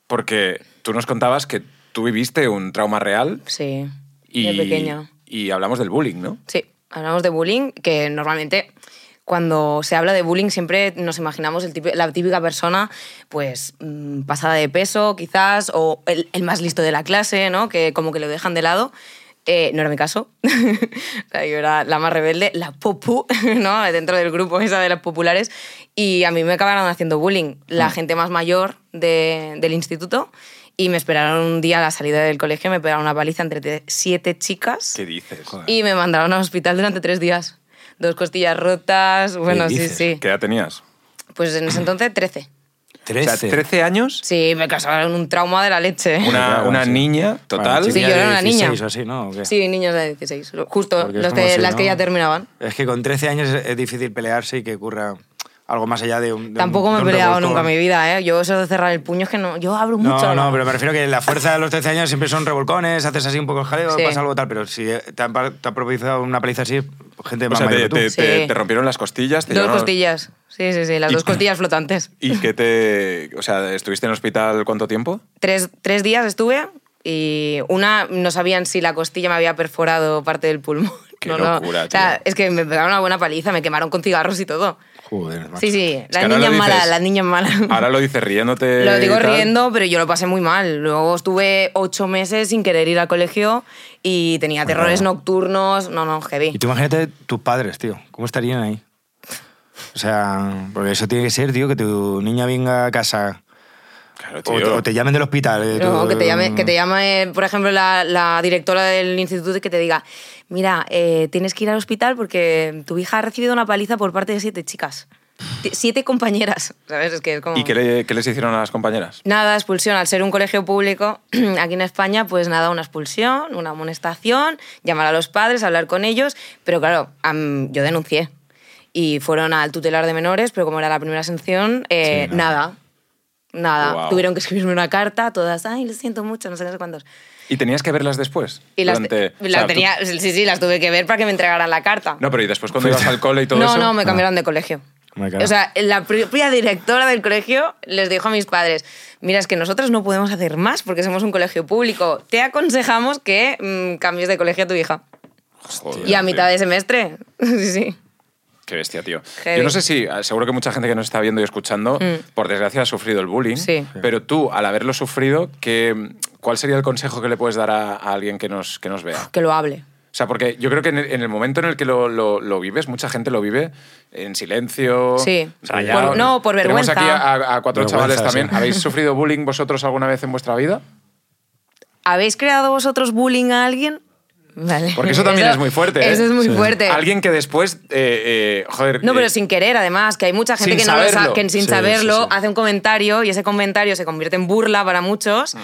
[SPEAKER 2] Porque tú nos contabas que tú viviste un trauma real
[SPEAKER 3] Sí.
[SPEAKER 2] y.
[SPEAKER 3] De pequeña.
[SPEAKER 2] Y hablamos del bullying, ¿no?
[SPEAKER 3] Sí, hablamos de bullying, que normalmente cuando se habla de bullying siempre nos imaginamos el típi- la típica persona pues mm, pasada de peso quizás o el, el más listo de la clase, ¿no? Que como que lo dejan de lado. Eh, no era mi caso. O sea, yo era la más rebelde, la popu, ¿no? Dentro del grupo esa de las populares. Y a mí me acabaron haciendo bullying la gente más mayor de- del instituto. Y me esperaron un día a la salida del colegio, me pegaron una paliza entre te- siete chicas.
[SPEAKER 2] ¿Qué dices?
[SPEAKER 3] Y me mandaron al hospital durante tres días. Dos costillas rotas, bueno, sí,
[SPEAKER 1] dices?
[SPEAKER 3] sí.
[SPEAKER 2] ¿Qué edad tenías?
[SPEAKER 3] Pues en ese entonces, 13.
[SPEAKER 2] O
[SPEAKER 1] 13.
[SPEAKER 2] sea, 13 años,
[SPEAKER 3] Sí, me causaron un trauma de la leche.
[SPEAKER 2] una,
[SPEAKER 1] Claro,
[SPEAKER 2] una
[SPEAKER 1] sí.
[SPEAKER 2] niña total.
[SPEAKER 3] sí, yo era una niña.
[SPEAKER 1] 16 o así, ¿no? ¿O qué?
[SPEAKER 3] Sí, niños de 16, lo- justo
[SPEAKER 1] Porque es
[SPEAKER 3] los
[SPEAKER 1] como
[SPEAKER 3] de,
[SPEAKER 1] si
[SPEAKER 3] las que
[SPEAKER 1] no-
[SPEAKER 3] ya terminaban.
[SPEAKER 1] Es que con 13 años es, es difícil pelearse y que ocurra algo más allá de un. de
[SPEAKER 3] Tampoco
[SPEAKER 1] un-
[SPEAKER 3] me
[SPEAKER 1] de
[SPEAKER 3] he
[SPEAKER 1] un
[SPEAKER 3] peleado
[SPEAKER 1] revolcón.
[SPEAKER 3] nunca en mi vida, ¿eh? Yo eso de cerrar el puño es que no... Yo abro mucho.
[SPEAKER 1] No,
[SPEAKER 3] la-
[SPEAKER 1] no, pero me refiero que la fuerza de los 13 años siempre son revolcones, haces así un poco el jaleo,
[SPEAKER 3] Sí.
[SPEAKER 1] pasa algo tal, pero si eh, te han, pa- te ha propiciado una paliza así, gente
[SPEAKER 2] O
[SPEAKER 1] más
[SPEAKER 2] sea,
[SPEAKER 1] mayor
[SPEAKER 2] te,
[SPEAKER 1] que tú.
[SPEAKER 2] te-
[SPEAKER 3] Sí.
[SPEAKER 2] te- te rompieron las costillas. Te
[SPEAKER 3] Dos
[SPEAKER 2] llevaron-
[SPEAKER 3] costillas. Sí, sí, sí, las
[SPEAKER 2] Y-
[SPEAKER 3] dos costillas flotantes.
[SPEAKER 2] ¿Y qué te...? O sea, ¿estuviste en el hospital cuánto tiempo?
[SPEAKER 3] Tres, tres días estuve Y una, no sabían si la costilla me había perforado parte del pulmón.
[SPEAKER 2] Qué
[SPEAKER 3] No, no.
[SPEAKER 2] locura,
[SPEAKER 3] O sea,
[SPEAKER 2] tío.
[SPEAKER 3] es que me pegaron una buena paliza, me quemaron con cigarros y todo.
[SPEAKER 1] Joder, macho.
[SPEAKER 3] Sí, sí,
[SPEAKER 2] que
[SPEAKER 3] la
[SPEAKER 2] ahora
[SPEAKER 3] niña
[SPEAKER 2] lo
[SPEAKER 3] es mala,
[SPEAKER 2] dices.
[SPEAKER 3] la niña es mala.
[SPEAKER 2] Ahora lo dices riéndote.
[SPEAKER 3] Lo digo
[SPEAKER 2] y tal.
[SPEAKER 3] riendo, pero yo lo pasé muy mal. Luego estuve ocho meses sin querer ir al colegio y tenía terrores nocturnos. No, no, heavy.
[SPEAKER 1] Y tú imagínate tus padres, tío. ¿Cómo estarían ahí? O sea, porque eso tiene que ser, tío, que tu niña venga a casa
[SPEAKER 2] Claro,
[SPEAKER 1] o,
[SPEAKER 2] tío.
[SPEAKER 1] o te llamen del hospital. eh,
[SPEAKER 3] No,
[SPEAKER 1] tú-
[SPEAKER 3] que te llame,
[SPEAKER 2] Mm.
[SPEAKER 3] que te llame eh, por ejemplo, la, la directora del instituto y que te diga, mira, eh, tienes que ir al hospital porque tu hija ha recibido una paliza por parte de siete chicas. Ti- Siete compañeras, ¿sabes? Es que es como...
[SPEAKER 2] ¿Y qué, le- qué les hicieron a las compañeras?
[SPEAKER 3] Nada, expulsión. Al ser un colegio público aquí en España, pues nada, una expulsión, una amonestación, llamar a los padres, hablar con ellos. Pero claro, am, yo denuncié. Y fueron al tutelar de menores, pero como era la primera sanción, eh,
[SPEAKER 1] Sí,
[SPEAKER 3] nada. Nada.
[SPEAKER 2] Guau.
[SPEAKER 3] Tuvieron que escribirme una carta, todas, ay, lo siento mucho, no sé qué, no sé cuántos.
[SPEAKER 2] ¿Y tenías que verlas después?
[SPEAKER 3] Y las,
[SPEAKER 2] Durante-
[SPEAKER 3] la
[SPEAKER 2] o sea, tú-
[SPEAKER 3] tenía, sí, sí, las tuve que ver para que me entregaran la carta.
[SPEAKER 2] No, pero ¿y después cuando ibas al cole y todo
[SPEAKER 3] no,
[SPEAKER 2] eso? Ah. Oh
[SPEAKER 3] no, me cambiaron de colegio.
[SPEAKER 1] Hombre, claro.
[SPEAKER 3] O sea, la propia directora del colegio les dijo a mis padres, mira, es que nosotros no podemos hacer más porque somos un colegio público. Te aconsejamos que mm, cambies de colegio a tu hija.
[SPEAKER 2] Joder,
[SPEAKER 3] y a
[SPEAKER 2] tío.
[SPEAKER 3] mitad de semestre. sí, sí.
[SPEAKER 2] Qué bestia, tío.
[SPEAKER 3] Heavy. Mm.
[SPEAKER 2] Yo no sé si, ah, seguro que mucha gente que nos está viendo y escuchando, por desgracia, ha sufrido el bullying.
[SPEAKER 3] Sí.
[SPEAKER 2] Pero tú, al haberlo sufrido, ¿qué, ¿cuál sería el consejo que le puedes dar a, a alguien que nos, que nos vea?
[SPEAKER 3] Que lo hable.
[SPEAKER 2] O sea, porque yo creo que en el, en el momento en el que lo, lo- lo vives, mucha gente lo vive en silencio.
[SPEAKER 3] Sí.
[SPEAKER 2] rayado.
[SPEAKER 3] Por- no, por
[SPEAKER 2] Tenemos
[SPEAKER 3] vergüenza.
[SPEAKER 2] aquí a, a cuatro
[SPEAKER 1] Vergüenza,
[SPEAKER 2] chavales también.
[SPEAKER 1] sí.
[SPEAKER 2] ¿Habéis sufrido bullying vosotros alguna vez en vuestra vida?
[SPEAKER 3] ¿Habéis creado vosotros bullying a alguien? Vale.
[SPEAKER 2] Porque eso también es muy fuerte. ¿eh?
[SPEAKER 3] Eso es muy
[SPEAKER 1] Sí.
[SPEAKER 3] fuerte.
[SPEAKER 2] Alguien que después, eh, eh, joder.
[SPEAKER 3] No, pero
[SPEAKER 2] eh,
[SPEAKER 3] sin querer, además, que hay mucha gente
[SPEAKER 2] Sin
[SPEAKER 3] que, no lo
[SPEAKER 2] saberlo.
[SPEAKER 3] sa- que sin
[SPEAKER 1] Sí,
[SPEAKER 3] saberlo
[SPEAKER 1] sí, sí.
[SPEAKER 3] hace un comentario y ese comentario se convierte en burla para muchos.
[SPEAKER 1] Ah.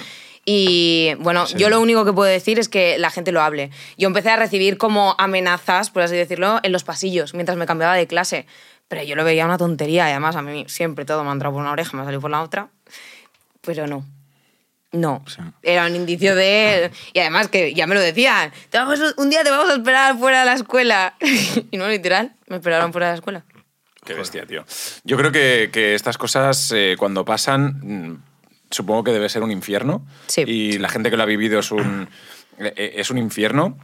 [SPEAKER 3] Y bueno, yo lo único que puedo decir es que la gente lo hable. Yo empecé a recibir como amenazas, por así decirlo, en los pasillos mientras me cambiaba de clase. Pero yo lo veía una tontería y además a mí siempre todo me ha entrado por una oreja, me ha salido por la otra. Pero no. No, era un indicio de... Y además que ya me lo decían, "Te vamos a- un día te vamos a esperar fuera de la escuela. y no, literal, me esperaron fuera de la escuela.
[SPEAKER 2] Qué bestia, tío. Yo creo que, que estas cosas, eh, cuando pasan, mm, supongo que debe ser un infierno.
[SPEAKER 3] Sí.
[SPEAKER 2] Y la gente que lo ha vivido es un, eh, eh, es un infierno.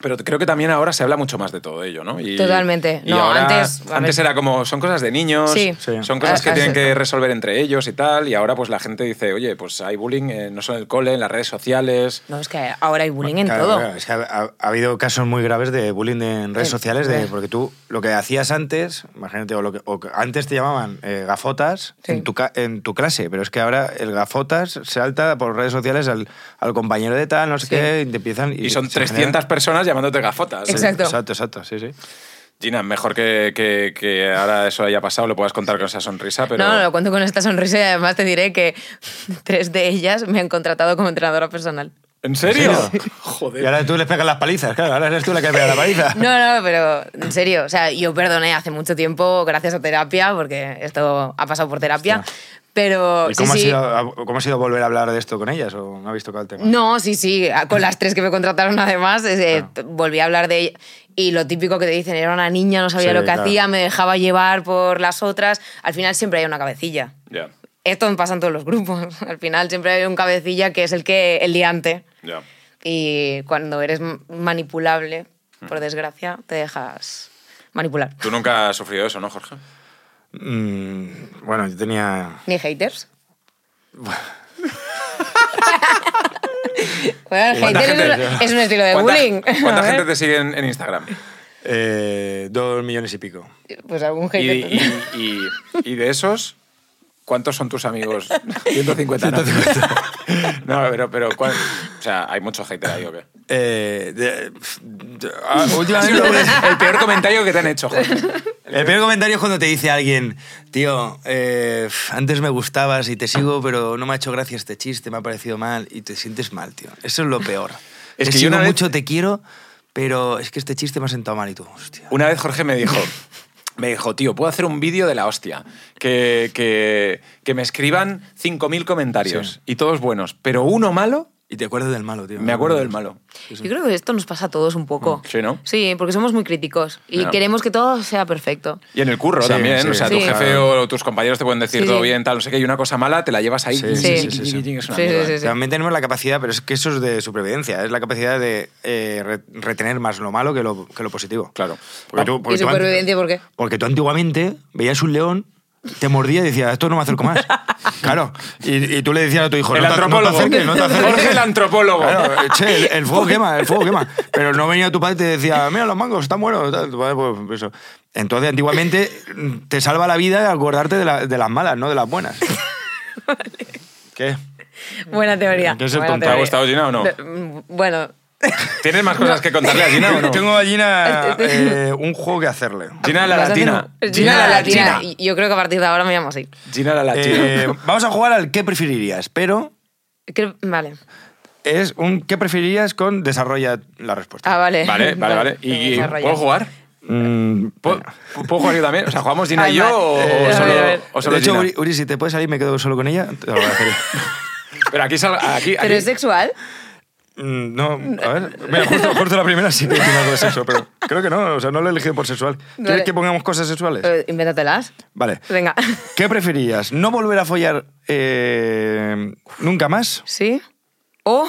[SPEAKER 2] Pero creo que también ahora se habla mucho más de todo ello, ¿no? Y-
[SPEAKER 3] Totalmente.
[SPEAKER 2] y
[SPEAKER 3] No,
[SPEAKER 2] ahora-
[SPEAKER 3] antes- a
[SPEAKER 2] antes
[SPEAKER 3] ver.
[SPEAKER 2] era como, son cosas de niños,
[SPEAKER 3] Sí.
[SPEAKER 1] Sí.
[SPEAKER 2] son cosas
[SPEAKER 3] Ah,
[SPEAKER 2] que
[SPEAKER 3] ah,
[SPEAKER 2] tienen
[SPEAKER 3] sí.
[SPEAKER 2] que resolver entre ellos y tal. Y ahora pues la gente dice, oye, pues hay bullying, eh, no solo en el cole, en las redes sociales.
[SPEAKER 3] No, es que ahora hay bullying en
[SPEAKER 1] Claro,
[SPEAKER 3] todo.
[SPEAKER 1] claro, es que ha, ha- ha habido casos muy graves de bullying de- en redes
[SPEAKER 3] Sí,
[SPEAKER 1] sociales, de,
[SPEAKER 3] sí.
[SPEAKER 1] porque tú lo que hacías antes, imagínate, o, lo que, o que antes te llamaban eh, gafotas
[SPEAKER 3] Sí.
[SPEAKER 1] en, tu, ca- en tu clase, pero es que ahora el gafotas salta por redes sociales al, al compañero de tal, no sé
[SPEAKER 3] Sí.
[SPEAKER 1] qué, y te empiezan...
[SPEAKER 2] Y son
[SPEAKER 1] se
[SPEAKER 2] 300 personas llamándote gafotas.
[SPEAKER 3] Exacto.
[SPEAKER 1] Exacto, exacto, sí, sí.
[SPEAKER 2] Gina, mejor que, que- que ahora eso haya pasado, lo puedas contar con esa sonrisa, pero...
[SPEAKER 3] No, no, lo cuento con esta sonrisa y además te diré que tres de ellas me han contratado como entrenadora personal.
[SPEAKER 2] ¿En serio?
[SPEAKER 1] serio? Y ahora tú les pegas las palizas, claro, ahora eres tú la que pega la paliza.
[SPEAKER 3] No, no, pero en serio, o sea, yo perdoné hace mucho tiempo gracias a terapia, porque esto ha pasado por terapia,
[SPEAKER 1] Hostia.
[SPEAKER 3] pero...
[SPEAKER 1] ¿Y cómo,
[SPEAKER 3] sí,
[SPEAKER 1] ha
[SPEAKER 3] sí.
[SPEAKER 1] sido, a- cómo ha sido volver a hablar de esto con ellas o no habéis tocado el tema?
[SPEAKER 3] No, sí, sí, con las tres que me contrataron además, eh,
[SPEAKER 1] Claro.
[SPEAKER 3] volví a hablar de ella. Y lo típico que te dicen, era una niña, no sabía
[SPEAKER 1] Sí,
[SPEAKER 3] lo que
[SPEAKER 1] claro.
[SPEAKER 3] hacía, me dejaba llevar por las otras. Al final siempre hay una cabecilla.
[SPEAKER 2] Ya,
[SPEAKER 3] Esto me pasa en todos los grupos. Al final siempre hay un cabecilla que es el que el liante.
[SPEAKER 2] ya.
[SPEAKER 3] Y cuando eres m- manipulable, por desgracia, te dejas manipular.
[SPEAKER 2] Tú nunca has sufrido eso, ¿no, Jorge?
[SPEAKER 1] Mm, bueno, yo tenía...
[SPEAKER 3] ¿Ni haters? bueno, el
[SPEAKER 2] ¿Cuánta
[SPEAKER 3] hater es,
[SPEAKER 2] gente-
[SPEAKER 3] un- es un estilo de
[SPEAKER 2] ¿Cuánta-
[SPEAKER 3] bullying.
[SPEAKER 2] ¿Cuánta
[SPEAKER 3] A ver,
[SPEAKER 2] gente te sigue en, en Instagram?
[SPEAKER 1] eh, dos millones y pico.
[SPEAKER 3] Pues algún
[SPEAKER 2] Y,
[SPEAKER 3] hater.
[SPEAKER 2] y- y- y de esos, ¿cuántos son tus amigos? 150. ¿no? No, pero, pero ¿cuál- o sea, hay mucho hater ahí, ¿o qué?
[SPEAKER 1] Eh, de- de- ah, últimamente lo-
[SPEAKER 2] El peor comentario que te han hecho, Jorge.
[SPEAKER 1] el primer comentario es cuando te dice alguien, tío, eh, antes me gustabas y te sigo, pero no me ha hecho gracia este chiste, me ha parecido mal y te sientes mal, tío. Eso es lo peor. Es
[SPEAKER 2] Es que
[SPEAKER 1] que
[SPEAKER 2] yo
[SPEAKER 1] sigo
[SPEAKER 2] una vez-
[SPEAKER 1] mucho, te quiero, pero es que este chiste me ha sentado mal y tú, hostia.
[SPEAKER 2] Una vez Jorge me dijo, me dijo, tío, puedo hacer un vídeo de la hostia, que, que- que me escriban 5.000 comentarios
[SPEAKER 1] Sí.
[SPEAKER 2] y todos buenos, pero uno malo,
[SPEAKER 1] Y te acuerdas del malo, tío.
[SPEAKER 2] me acuerdo del malo.
[SPEAKER 3] Yo creo que esto nos pasa a todos un poco.
[SPEAKER 2] Mm, Sí, ¿no?
[SPEAKER 3] Sí, porque somos muy críticos y
[SPEAKER 2] Ya.
[SPEAKER 3] queremos que todo sea perfecto.
[SPEAKER 2] Y en el curro
[SPEAKER 1] Sí,
[SPEAKER 2] también,
[SPEAKER 1] sí,
[SPEAKER 2] o sea,
[SPEAKER 3] sí.
[SPEAKER 2] tu jefe o tus compañeros te pueden decir
[SPEAKER 3] Sí,
[SPEAKER 2] todo
[SPEAKER 3] sí.
[SPEAKER 2] bien, tal, no sé qué, y una cosa mala te la llevas ahí.
[SPEAKER 1] Sí,
[SPEAKER 3] sí,
[SPEAKER 1] sí,
[SPEAKER 3] sí,
[SPEAKER 1] sí.
[SPEAKER 2] Es una
[SPEAKER 3] Sí, sí,
[SPEAKER 2] mierda.
[SPEAKER 3] sí, sí.
[SPEAKER 1] También tenemos la capacidad, pero es que eso es de supervivencia, es la capacidad de eh, re- retener más lo malo que lo, que lo positivo.
[SPEAKER 2] Claro.
[SPEAKER 1] Porque tú- porque
[SPEAKER 3] ¿Y
[SPEAKER 1] tú an-
[SPEAKER 3] supervivencia por qué?
[SPEAKER 1] Porque tú antiguamente veías un león, te mordía y decías, esto no me acerco más. claro. Y, y tú le decías a tu hijo,
[SPEAKER 2] El
[SPEAKER 1] Pues no, te- no te
[SPEAKER 2] antropólogo.
[SPEAKER 1] acerques, no te acerques.
[SPEAKER 2] Jorge el antropólogo.
[SPEAKER 1] Claro, eh, che, el, el fuego quema, el fuego quema. Pero no venía tu padre y te decía, mira los mangos, están buenos. tal, tu padre, pues, eso. Entonces, antiguamente, mm, te salva la vida de acordarte de, la- de las malas, no de las buenas. ¿Qué?
[SPEAKER 3] Buena teoría.
[SPEAKER 1] Hay que ser
[SPEAKER 3] buena
[SPEAKER 1] tonto.
[SPEAKER 2] ¿Te ha gustado, Gina, o no?
[SPEAKER 3] De- mm, Bueno,
[SPEAKER 2] ¿Tienes más cosas que contarle a Gina o no?
[SPEAKER 1] Tengo a Gina eh, un juego que hacerle.
[SPEAKER 2] Gina la
[SPEAKER 3] vas
[SPEAKER 2] latina.
[SPEAKER 3] haciendo-
[SPEAKER 2] Gina la latina.
[SPEAKER 3] Y Yo creo que a partir de ahora me llamo así.
[SPEAKER 2] Gina la
[SPEAKER 1] Eh,
[SPEAKER 2] latina.
[SPEAKER 1] vamos a jugar al qué preferirías, pero
[SPEAKER 3] Creo- Vale.
[SPEAKER 1] es un qué preferirías con desarrolla la respuesta.
[SPEAKER 3] Ah, vale.
[SPEAKER 2] Vale, vale, vale.
[SPEAKER 3] Me
[SPEAKER 2] ¿Y y-
[SPEAKER 3] desarrollas.
[SPEAKER 2] puedo jugar?
[SPEAKER 1] Mm,
[SPEAKER 2] ¿Puedo, ¿Puedo jugar yo también? O sea, ¿jugamos Gina y yo
[SPEAKER 3] Además,
[SPEAKER 2] o, o
[SPEAKER 3] eh, a
[SPEAKER 2] solo,
[SPEAKER 3] ver, a ver.
[SPEAKER 2] o solo
[SPEAKER 1] de hecho,
[SPEAKER 2] Gina?
[SPEAKER 1] Uri, Uri, si te puedes salir, me quedo solo con ella. te lo agradecería.
[SPEAKER 2] Pero aquí, sal- aquí, aquí-
[SPEAKER 3] ¿Pero es sexual?
[SPEAKER 1] Mm, no, a ver. Mira, justo, justo la primera sí que tiene algo de sexo, pero creo que no. O sea, no lo he elegido por sexual. ¿Quieres
[SPEAKER 3] Vale.
[SPEAKER 1] que pongamos cosas sexuales?
[SPEAKER 3] Eh, Invéntatelas.
[SPEAKER 1] Vale.
[SPEAKER 3] Venga.
[SPEAKER 1] ¿Qué preferirías? ¿No volver a follar eh, nunca más?
[SPEAKER 3] ¿Sí? ¿O?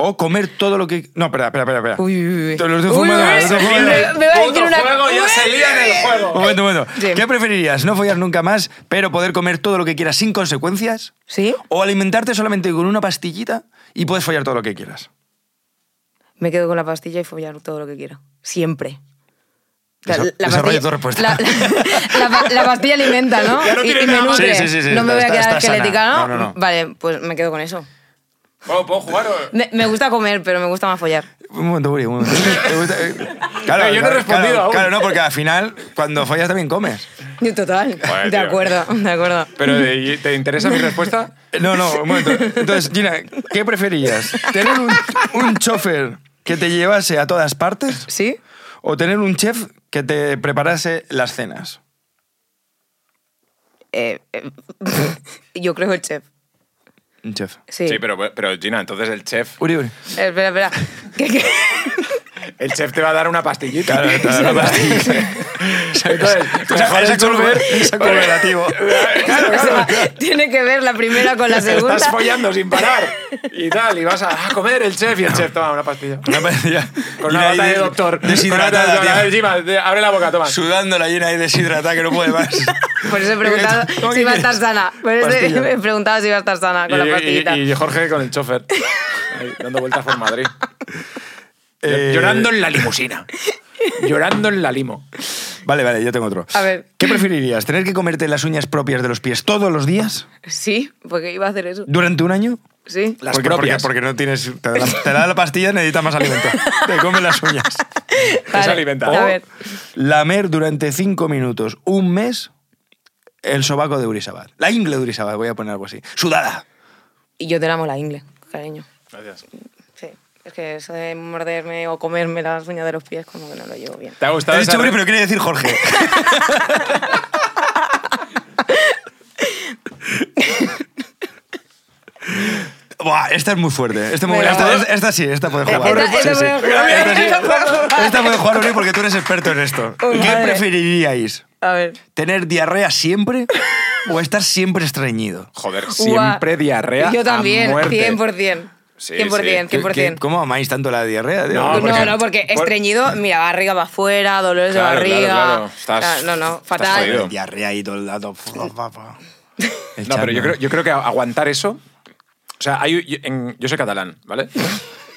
[SPEAKER 1] ¿O comer todo lo que.? No, espera, espera, espera. espera.
[SPEAKER 3] Uy, uy, uy.
[SPEAKER 1] Te lo estoy
[SPEAKER 3] Uy,
[SPEAKER 1] fumando,
[SPEAKER 3] uy,
[SPEAKER 1] te lo estoy
[SPEAKER 3] uy.
[SPEAKER 1] fumando.
[SPEAKER 3] Me- me va a decir
[SPEAKER 2] Puto
[SPEAKER 3] una-
[SPEAKER 2] juego, ya
[SPEAKER 3] Uy.
[SPEAKER 2] se lía en el
[SPEAKER 1] Un
[SPEAKER 2] juego.
[SPEAKER 1] momento, un momento.
[SPEAKER 3] Sí.
[SPEAKER 1] ¿Qué preferirías? ¿No follar nunca más, pero poder comer todo lo que quieras sin consecuencias?
[SPEAKER 3] ¿Sí?
[SPEAKER 1] ¿O alimentarte solamente con una pastillita y puedes follar todo lo que quieras?
[SPEAKER 3] Me quedo con la pastilla y follar todo lo que quiero. Siempre. O sea,
[SPEAKER 1] Desa- desarrolla tu respuesta.
[SPEAKER 3] La, la- la pa- la pastilla alimenta, ¿no?
[SPEAKER 2] Ya no
[SPEAKER 3] y,
[SPEAKER 2] tiene
[SPEAKER 3] y me
[SPEAKER 2] nada más.
[SPEAKER 3] nutre.
[SPEAKER 1] Sí, sí, sí, sí,
[SPEAKER 3] no me voy a
[SPEAKER 1] está-
[SPEAKER 3] quedar
[SPEAKER 1] está sana.
[SPEAKER 3] esquelética,
[SPEAKER 1] No,
[SPEAKER 3] ¿no?
[SPEAKER 1] no, no.
[SPEAKER 3] Vale, pues me quedo con eso.
[SPEAKER 2] ¿Puedo, puedo jugar o...?
[SPEAKER 3] Me, me gusta comer, pero me gusta más follar.
[SPEAKER 1] Un momento, Uri, un momento. Eh,
[SPEAKER 2] Pero yo no he respondido
[SPEAKER 1] claro,
[SPEAKER 2] aún.
[SPEAKER 1] Claro, no, porque al final, cuando follas también comes.
[SPEAKER 3] Total. de
[SPEAKER 2] tío.
[SPEAKER 3] acuerdo, de acuerdo.
[SPEAKER 2] ¿Pero eh, ¿te interesa mi respuesta?
[SPEAKER 1] No, no, un momento. Entonces, Gina, ¿qué preferías? ¿Tener un, un chofer que te llevase a todas partes
[SPEAKER 3] ¿Sí?
[SPEAKER 1] o tener un chef que te preparase las cenas?
[SPEAKER 3] Eh, eh, yo creo el chef.
[SPEAKER 1] Un chef.
[SPEAKER 3] Sí.
[SPEAKER 2] pero, pero Gina, entonces el chef...
[SPEAKER 1] Uri, Uri.
[SPEAKER 3] Eh, Espera, espera. ¿Qué, qué?
[SPEAKER 2] El chef te va a dar una pastillita.
[SPEAKER 1] te va a dar una pastilla.
[SPEAKER 2] Entonces, mejor el
[SPEAKER 1] ese cover-
[SPEAKER 2] chofer-
[SPEAKER 1] ese cooperativo.
[SPEAKER 3] O sea, tiene que ver la primera con la segunda.
[SPEAKER 2] Estás follando sin parar y tal, y vas a, a comer el chef y el chef toma una pastilla.
[SPEAKER 1] Una pastilla.
[SPEAKER 2] Con
[SPEAKER 1] Gina
[SPEAKER 2] una
[SPEAKER 1] ahí
[SPEAKER 2] bata de
[SPEAKER 1] de-
[SPEAKER 2] doctor.
[SPEAKER 1] deshidratada,
[SPEAKER 2] Con una bata de-
[SPEAKER 1] tío.
[SPEAKER 2] Encima, de- abre la boca, toma.
[SPEAKER 1] Sudando la llena y deshidratada que no puede más.
[SPEAKER 3] Por eso he preguntado
[SPEAKER 1] ¿Cómo
[SPEAKER 3] si iba a
[SPEAKER 1] que-
[SPEAKER 3] estar sana. Por eso
[SPEAKER 1] Pastilla.
[SPEAKER 3] he preguntado si iba a estar sana con la
[SPEAKER 2] Y,
[SPEAKER 3] pastillita.
[SPEAKER 2] y- y Jorge con el chofer. Ahí, dando vueltas por Madrid.
[SPEAKER 1] Eh,
[SPEAKER 2] Llorando en la limusina. Llorando en la limo.
[SPEAKER 1] Vale, vale, yo tengo otro.
[SPEAKER 3] A ver.
[SPEAKER 1] ¿Qué preferirías? ¿Tener que comerte las uñas propias de los pies todos los días?
[SPEAKER 3] Sí, porque iba a hacer eso.
[SPEAKER 1] ¿Durante un año?
[SPEAKER 3] Sí.
[SPEAKER 2] Las
[SPEAKER 1] porque,
[SPEAKER 2] propias.
[SPEAKER 1] Porque, porque no tienes. Te da, la, te da la pastilla y necesitas más alimento. te comes las uñas.
[SPEAKER 3] Vale,
[SPEAKER 2] alimentar.
[SPEAKER 3] A
[SPEAKER 1] O
[SPEAKER 3] ver.
[SPEAKER 1] Lamer durante cinco minutos, un mes, el sobaco de Urisabat. La ingle de Urisabat, voy a poner algo así. Sudada.
[SPEAKER 3] Y yo te la amo la ingle, cariño.
[SPEAKER 2] Gracias.
[SPEAKER 3] Sí. Es que eso de morderme o comerme las uñas de los pies, como que no lo llevo bien.
[SPEAKER 2] ¿Te ha
[SPEAKER 1] Te
[SPEAKER 2] gustado
[SPEAKER 1] he
[SPEAKER 2] esa
[SPEAKER 1] dicho Uri,
[SPEAKER 2] re-
[SPEAKER 1] pero quiere decir Jorge. Buah, esta es muy fuerte. ¿eh? Esta, es muy buena.
[SPEAKER 3] Pero-
[SPEAKER 1] Esta- esta- esta sí, esta puede jugar.
[SPEAKER 3] Esta- esta
[SPEAKER 1] Sí, sí.
[SPEAKER 3] puede jugar.
[SPEAKER 1] Esta sí.
[SPEAKER 3] Esta puede jugar.
[SPEAKER 1] Esta puede jugar, Uri, porque tú eres experto en esto.
[SPEAKER 3] Oh,
[SPEAKER 1] ¿Qué
[SPEAKER 3] madre.
[SPEAKER 1] preferiríais?
[SPEAKER 3] A ver.
[SPEAKER 1] ¿Tener diarrea siempre o estar siempre estreñido?
[SPEAKER 2] Joder,
[SPEAKER 3] Ua.
[SPEAKER 2] siempre diarrea.
[SPEAKER 3] Yo también,
[SPEAKER 2] a muerte.
[SPEAKER 3] 100%.
[SPEAKER 2] Sí,
[SPEAKER 3] 100%,
[SPEAKER 1] ¿Qué-
[SPEAKER 2] sí.
[SPEAKER 3] 100%.
[SPEAKER 1] qué- ¿Cómo amáis tanto la diarrea? tío?
[SPEAKER 2] No,
[SPEAKER 3] No,
[SPEAKER 2] Ah, porque-
[SPEAKER 3] no, porque
[SPEAKER 2] por-
[SPEAKER 3] estreñido, mira, barriga para afuera, dolores
[SPEAKER 2] Claro,
[SPEAKER 3] de barriga.
[SPEAKER 2] claro, claro. Estás-
[SPEAKER 3] Ah, no, no,
[SPEAKER 2] estás
[SPEAKER 3] fatal.
[SPEAKER 2] jodido.
[SPEAKER 1] Diarrea y todo el dato.
[SPEAKER 2] No, pero yo creo, yo creo que a- aguantar eso. O sea, hay, yo, en- yo soy catalán, ¿vale?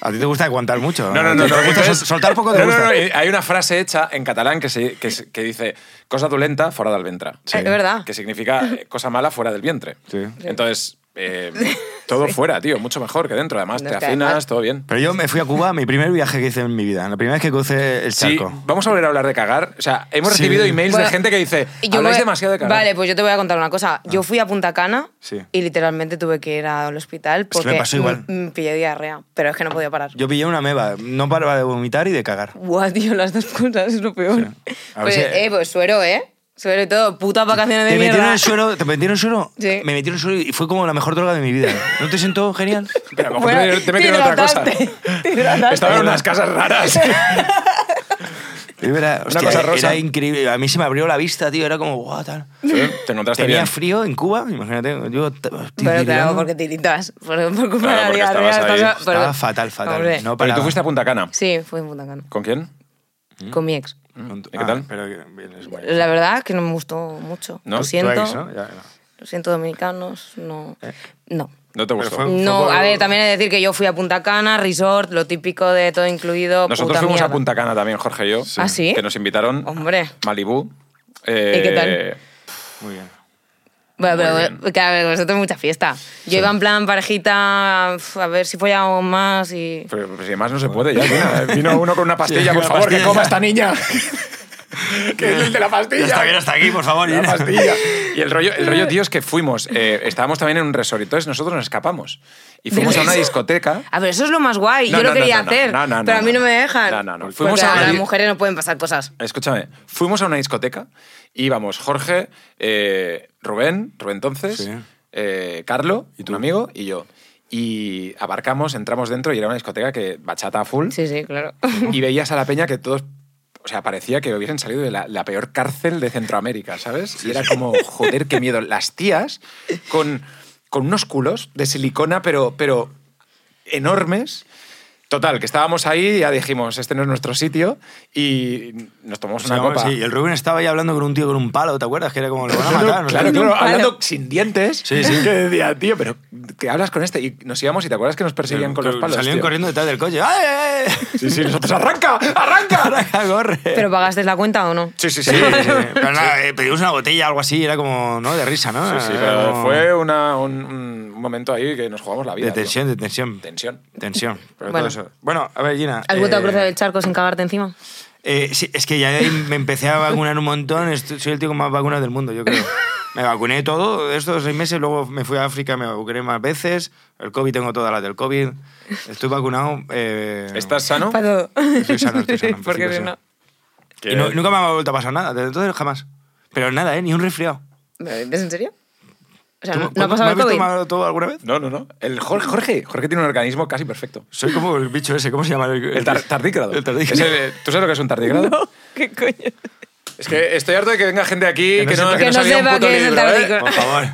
[SPEAKER 1] A ti te gusta aguantar mucho.
[SPEAKER 2] No, no, no.
[SPEAKER 1] Te
[SPEAKER 2] no,
[SPEAKER 1] gusta
[SPEAKER 2] entonces-
[SPEAKER 1] sol- soltar poco de
[SPEAKER 2] no, no, no, eh, Hay una frase hecha en catalán que, se- que, se- que dice cosa dolenta fuera del ventre.
[SPEAKER 3] Eh, Es verdad.
[SPEAKER 2] Que significa eh, cosa mala fuera del vientre.
[SPEAKER 1] Sí.
[SPEAKER 2] Entonces, eh, todo fuera, tío. Mucho mejor que dentro. Además,
[SPEAKER 3] No,
[SPEAKER 2] te
[SPEAKER 3] es que además-
[SPEAKER 2] afinas, todo bien.
[SPEAKER 1] Pero yo me fui a Cuba, mi primer viaje que hice en mi vida. La primera vez que crucé el
[SPEAKER 2] Sí,
[SPEAKER 1] charco.
[SPEAKER 2] vamos a volver a hablar de cagar. O sea, hemos
[SPEAKER 1] Sí.
[SPEAKER 2] recibido emails
[SPEAKER 3] Bueno,
[SPEAKER 2] de gente que dice,
[SPEAKER 3] Y yo
[SPEAKER 2] habláis
[SPEAKER 3] voy-
[SPEAKER 2] demasiado de ¿eh? cagar.
[SPEAKER 3] Vale, pues yo te voy a contar una cosa.
[SPEAKER 2] Ah.
[SPEAKER 3] Yo fui a Punta Cana
[SPEAKER 1] Sí.
[SPEAKER 3] y literalmente tuve que ir al hospital
[SPEAKER 1] que me
[SPEAKER 3] porque
[SPEAKER 1] pasó igual.
[SPEAKER 3] m- m- pillé diarrea, pero es que no podía parar.
[SPEAKER 1] Yo pillé una meba. No paraba de vomitar y de cagar.
[SPEAKER 3] Guau, tío, las dos cosas es lo peor.
[SPEAKER 1] A
[SPEAKER 3] Pues,
[SPEAKER 1] ver si-
[SPEAKER 3] eh, pues suero, ¿eh? Sobre todo, putas vacaciones de
[SPEAKER 1] Te metieron
[SPEAKER 3] mierda.
[SPEAKER 1] en suero, te metieron en suero.
[SPEAKER 3] Sí.
[SPEAKER 1] Me metieron en suero y fue como la mejor droga de mi vida. ¿No te sentó genial?
[SPEAKER 2] Pero a lo mejor te- te metieron en otra cosa.
[SPEAKER 3] Te hidrataste.
[SPEAKER 2] Estaban en unas casas raras.
[SPEAKER 1] Era, hostia,
[SPEAKER 2] cosa
[SPEAKER 1] era
[SPEAKER 2] rosa.
[SPEAKER 1] increíble. A mí se me abrió la vista, tío. Era como, guau, tal.
[SPEAKER 2] Te encontraste
[SPEAKER 1] Tenía
[SPEAKER 2] bien.
[SPEAKER 1] frío en Cuba, imagínate. Yo t-
[SPEAKER 3] Pero claro,
[SPEAKER 1] tirilando.
[SPEAKER 3] porque tiritas. Por, por
[SPEAKER 2] Claro,
[SPEAKER 3] culpa
[SPEAKER 2] porque
[SPEAKER 3] de la diarrea.
[SPEAKER 2] estabas ahí.
[SPEAKER 3] estás- pero-
[SPEAKER 1] Estaba fatal, fatal.
[SPEAKER 3] Hombre.
[SPEAKER 1] No
[SPEAKER 2] Pero tú
[SPEAKER 1] paraba.
[SPEAKER 2] fuiste a Punta Cana.
[SPEAKER 3] Sí, fui en Punta Cana.
[SPEAKER 2] ¿Con quién? Mm.
[SPEAKER 3] Con mi ex.
[SPEAKER 1] ¿Y
[SPEAKER 2] qué tal?
[SPEAKER 1] Ah, Pero que- bien, es guay.
[SPEAKER 3] La verdad que no me gustó mucho.
[SPEAKER 2] ¿No? Eh.
[SPEAKER 3] Lo
[SPEAKER 2] Tú
[SPEAKER 3] siento.
[SPEAKER 1] Tú eres, ¿no? Ya, ya.
[SPEAKER 3] Lo siento, dominicanos. No. No.
[SPEAKER 2] No te
[SPEAKER 1] Pero
[SPEAKER 2] gustó.
[SPEAKER 1] fue-
[SPEAKER 3] No,
[SPEAKER 1] por-
[SPEAKER 3] a ver, también he de decir que yo fui a Punta Cana, resort, lo típico de todo incluido.
[SPEAKER 2] Nosotros
[SPEAKER 3] puta
[SPEAKER 2] fuimos a
[SPEAKER 3] mierda.
[SPEAKER 2] Punta Cana también, Jorge y yo.
[SPEAKER 3] ¿Ah, sí?
[SPEAKER 2] Que nos invitaron. Eh,
[SPEAKER 3] Hombre.
[SPEAKER 2] Malibú.
[SPEAKER 3] ¿Y qué tal?
[SPEAKER 1] Muy bien.
[SPEAKER 3] Bueno,
[SPEAKER 2] Muy
[SPEAKER 3] pero claro, vosotros mucha fiesta. Yo iba en plan parejita, uf, a ver si follábamos más y.
[SPEAKER 2] Pero, pero si además no se puede ya. Vino, vino uno con una pastilla,
[SPEAKER 1] Sí,
[SPEAKER 2] por
[SPEAKER 1] una
[SPEAKER 2] favor, que
[SPEAKER 1] pastilla.
[SPEAKER 2] coma esta niña. que es el de la pastilla.
[SPEAKER 1] Está bien hasta aquí, por favor.
[SPEAKER 2] La
[SPEAKER 1] Irene.
[SPEAKER 2] pastilla. Y el rollo, el rollo, tío, es que fuimos, eh, estábamos también en un resort, entonces nosotros nos escapamos. Y fuimos a una
[SPEAKER 3] resort?
[SPEAKER 2] discoteca.
[SPEAKER 3] A ver, Ah, eso es lo más guay.
[SPEAKER 2] No,
[SPEAKER 3] yo
[SPEAKER 2] no,
[SPEAKER 3] lo
[SPEAKER 2] no,
[SPEAKER 3] quería
[SPEAKER 2] no, no.
[SPEAKER 3] hacer,
[SPEAKER 2] No, no,
[SPEAKER 3] pero
[SPEAKER 2] no,
[SPEAKER 3] a mí
[SPEAKER 2] no.
[SPEAKER 3] no me dejan.
[SPEAKER 2] No, no, no. Fuimos
[SPEAKER 3] Porque
[SPEAKER 2] a
[SPEAKER 3] las
[SPEAKER 2] una-
[SPEAKER 3] mujeres no pueden pasar cosas.
[SPEAKER 2] Escúchame, fuimos a una discoteca, íbamos Jorge, eh, Rubén, Rubén entonces,
[SPEAKER 1] Sí.
[SPEAKER 2] eh, Carlo, y tu amigo, y yo. Y abarcamos, entramos dentro y era una discoteca que bachata a full.
[SPEAKER 3] Sí, sí, claro.
[SPEAKER 2] y veías a la peña que todos. O sea, parecía que hubiesen salido de la, la peor cárcel de Centroamérica, ¿sabes? Y era como, joder, qué miedo. Las tías con, con unos culos de silicona, pero, pero enormes. Total, que estábamos ahí, ya dijimos, este no es nuestro sitio, y nos tomamos una
[SPEAKER 1] Sí,
[SPEAKER 2] copa.
[SPEAKER 1] Sí, y el Rubén estaba ahí hablando con un tío con un palo, ¿te acuerdas? Que era como, lo van a matar. no sé
[SPEAKER 2] claro,
[SPEAKER 1] qué.
[SPEAKER 2] claro,
[SPEAKER 3] Un palo.
[SPEAKER 2] hablando sin dientes.
[SPEAKER 1] Sí, sí.
[SPEAKER 2] Que decía, tío, pero ¿qué hablas con este? Y nos íbamos y te acuerdas que nos perseguían con los palos.
[SPEAKER 1] Salían
[SPEAKER 2] tío?
[SPEAKER 1] corriendo detrás del coche. ¡Ay, ay, ay!
[SPEAKER 2] Sí, sí, nosotros, arranca, arranca.
[SPEAKER 1] Arranca, corre!
[SPEAKER 3] ¿Pero pagaste la cuenta o no?
[SPEAKER 2] Sí, sí, sí.
[SPEAKER 1] Sí, sí, sí. Pero nada, eh, pedimos una botella, algo así, era como, ¿no? De risa, Ah, ¿no?
[SPEAKER 2] Sí, sí,
[SPEAKER 1] Era
[SPEAKER 2] pero
[SPEAKER 1] como
[SPEAKER 2] fue una- un, un momento ahí que nos jugamos la vida.
[SPEAKER 1] De
[SPEAKER 2] tío.
[SPEAKER 1] tensión, de tensión.
[SPEAKER 2] Tensión.
[SPEAKER 1] Tensión. Pero todo
[SPEAKER 3] Bueno.
[SPEAKER 1] eso. Bueno, a ver, Gina.
[SPEAKER 3] ¿Has vuelto a
[SPEAKER 1] eh,
[SPEAKER 3] cruzar el charco sin cagarte encima?
[SPEAKER 1] eh, sí, es que ya de ahí me empecé a vacunar un montón. Estu- Soy el tío con más vacunas del mundo, yo creo. Me vacuné todo estos seis meses, luego me fui a África, me vacuné más veces. El COVID, tengo todas las del COVID. Estoy vacunado. eh,
[SPEAKER 2] ¿Estás sano?
[SPEAKER 3] Para todo.
[SPEAKER 1] Estoy sano, estoy sano, en
[SPEAKER 3] Porque
[SPEAKER 1] principio
[SPEAKER 3] si
[SPEAKER 1] sí.
[SPEAKER 3] no.
[SPEAKER 2] Que-
[SPEAKER 1] Y no- nunca me ha vuelto a pasar nada, desde entonces jamás. Pero nada, ¿eh? Ni un resfriado.
[SPEAKER 3] ¿Me lo dices en serio? O sea,
[SPEAKER 1] ¿Tú-
[SPEAKER 3] ¿no, no
[SPEAKER 1] ¿me
[SPEAKER 3] ha pasado el
[SPEAKER 1] has visto
[SPEAKER 3] COVID?
[SPEAKER 1] mal todo alguna vez?
[SPEAKER 2] No, no, no. El Jorge, Jorge, Jorge tiene un organismo casi perfecto.
[SPEAKER 1] Soy como el bicho ese, ¿cómo se llama? El,
[SPEAKER 2] El tar- tardígrado.
[SPEAKER 1] El tardígrado.
[SPEAKER 2] Es el, eh, ¿Tú sabes lo que es un tardígrado?
[SPEAKER 3] ¿Qué coño?
[SPEAKER 2] Es que estoy harto de que venga gente aquí que,
[SPEAKER 1] Que no
[SPEAKER 2] no,
[SPEAKER 1] sepa-
[SPEAKER 2] que no
[SPEAKER 1] que
[SPEAKER 3] no
[SPEAKER 2] sabía un
[SPEAKER 3] sepa
[SPEAKER 2] puto
[SPEAKER 3] qué es el
[SPEAKER 2] libro, ¿eh?
[SPEAKER 3] tardígrado.
[SPEAKER 1] Por favor.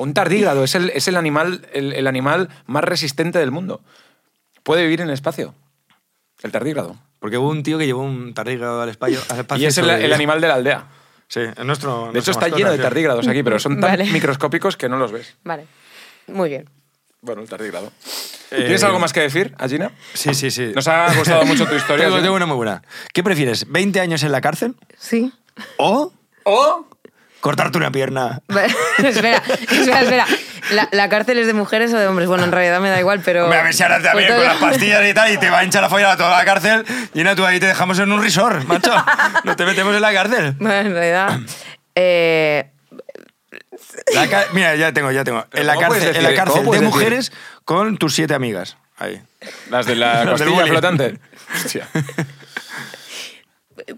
[SPEAKER 2] Un tardígrado es el, es el animal, el, el animal más resistente del mundo. Puede vivir en el espacio. El tardígrado.
[SPEAKER 1] Porque hubo un tío que llevó un tardígrado al espacio. al espacio
[SPEAKER 2] Y es el, el
[SPEAKER 1] sobrevivió.
[SPEAKER 2] animal de la aldea.
[SPEAKER 1] Sí, es nuestro.
[SPEAKER 2] De hecho,
[SPEAKER 1] nuestra
[SPEAKER 2] está
[SPEAKER 1] mascota,
[SPEAKER 2] lleno de
[SPEAKER 1] sí.
[SPEAKER 2] tardígrados aquí, pero son tan
[SPEAKER 3] Vale.
[SPEAKER 2] microscópicos que no los ves.
[SPEAKER 3] Vale. Muy bien.
[SPEAKER 2] Bueno, el tardígrado.
[SPEAKER 1] Eh,
[SPEAKER 2] ¿Tienes algo más que decir, Agina?
[SPEAKER 1] Sí, sí, sí.
[SPEAKER 2] Nos ha gustado mucho tu historia,
[SPEAKER 1] tengo,
[SPEAKER 2] ¿sí?
[SPEAKER 1] tengo una muy buena. ¿Qué prefieres? ¿20 años en la cárcel?
[SPEAKER 3] Sí.
[SPEAKER 1] ¿O
[SPEAKER 2] ¿O?
[SPEAKER 1] cortarte una pierna?
[SPEAKER 3] Vale, espera, espera, espera. ¿La, la cárcel es de mujeres o de hombres? Bueno, en realidad me da igual, pero.
[SPEAKER 1] Hombre, a ver si ahora también
[SPEAKER 3] Pues
[SPEAKER 1] con
[SPEAKER 3] todo-
[SPEAKER 1] las pastillas y tal y te va a hinchar la folla a toda la cárcel y no, tú ahí te dejamos en un resort, macho. No te metemos en la cárcel.
[SPEAKER 3] Bueno, en realidad. eh,
[SPEAKER 1] La ca- Mira, ya tengo, ya tengo.
[SPEAKER 2] Pero
[SPEAKER 1] En la
[SPEAKER 2] ¿cómo puedes
[SPEAKER 1] cárcel, en la
[SPEAKER 2] decir-
[SPEAKER 1] cárcel
[SPEAKER 2] cómo
[SPEAKER 1] de
[SPEAKER 2] puedes decir?
[SPEAKER 1] mujeres con tus siete amigas. Ahí.
[SPEAKER 2] Las de la
[SPEAKER 1] Las del
[SPEAKER 2] costilla
[SPEAKER 1] boli.
[SPEAKER 2] flotante. Hostia.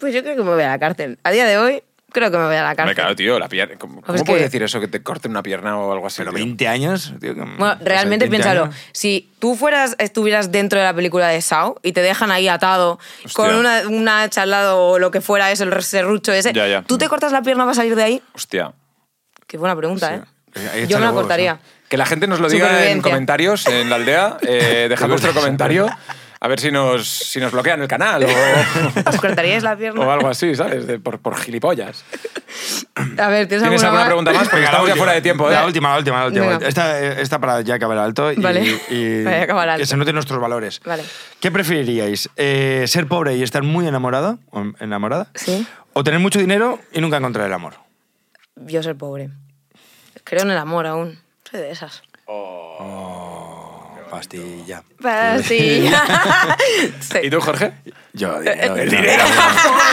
[SPEAKER 3] pues yo creo que me voy a la cárcel. A día de hoy, creo que me voy a la
[SPEAKER 2] Me
[SPEAKER 3] cárcel.
[SPEAKER 2] cago, tío, la pierna. ¿Cómo,
[SPEAKER 3] Pues es
[SPEAKER 2] cómo puedes
[SPEAKER 3] que-
[SPEAKER 2] decir eso? Que te corten una pierna o algo así.
[SPEAKER 1] Pero
[SPEAKER 2] tío?
[SPEAKER 1] 20 años, tío. que-
[SPEAKER 3] Bueno,
[SPEAKER 1] Mm, o sea,
[SPEAKER 3] realmente
[SPEAKER 1] 20
[SPEAKER 3] piénsalo.
[SPEAKER 1] años.
[SPEAKER 3] Si tú fueras, estuvieras dentro de la película de Sao y te dejan ahí atado
[SPEAKER 2] Hostia.
[SPEAKER 3] con una, una hacha al lado o lo que fuera eso, el serrucho ese,
[SPEAKER 2] Ya, ya.
[SPEAKER 3] ¿tú te cortas la pierna para salir de ahí?
[SPEAKER 2] Hostia.
[SPEAKER 3] Qué buena pregunta,
[SPEAKER 1] Sí. Ahí
[SPEAKER 3] ¿eh?
[SPEAKER 1] está
[SPEAKER 3] Yo me
[SPEAKER 1] los
[SPEAKER 3] la
[SPEAKER 1] huevos,
[SPEAKER 3] cortaría.
[SPEAKER 1] ¿no?
[SPEAKER 2] Que la gente nos lo diga en
[SPEAKER 3] Supervivencia.
[SPEAKER 2] comentarios en la aldea. Eh, dejad vuestro comentario. A ver si nos, si nos bloquean el canal o,
[SPEAKER 3] ¿Os cortaríais la pierna?
[SPEAKER 2] o algo así, ¿sabes? De- por, por gilipollas.
[SPEAKER 3] A ver, ¿tienes,
[SPEAKER 2] ¿Tienes alguna
[SPEAKER 3] más?
[SPEAKER 2] pregunta más? Porque
[SPEAKER 1] Venga, la
[SPEAKER 2] estamos ya
[SPEAKER 1] última.
[SPEAKER 2] fuera de tiempo, ¿eh?
[SPEAKER 1] La última, la última, la última.
[SPEAKER 3] Venga.
[SPEAKER 1] Esta, esta para ya acabar alto y,
[SPEAKER 3] Vale.
[SPEAKER 1] y
[SPEAKER 3] Para ya acabar alto.
[SPEAKER 1] que se noten nuestros valores.
[SPEAKER 3] Vale.
[SPEAKER 1] ¿Qué preferiríais? Eh, ¿Ser pobre y estar muy enamorado o enamorada?
[SPEAKER 3] Sí.
[SPEAKER 1] ¿O tener mucho dinero y nunca encontrar el amor?
[SPEAKER 3] Yo ser pobre. Creo en el amor aún. Soy de esas.
[SPEAKER 1] Pastilla.
[SPEAKER 3] Pues Sí. Sí.
[SPEAKER 2] ¿Y tú, Jorge?
[SPEAKER 1] Yo, dinero, el dinero.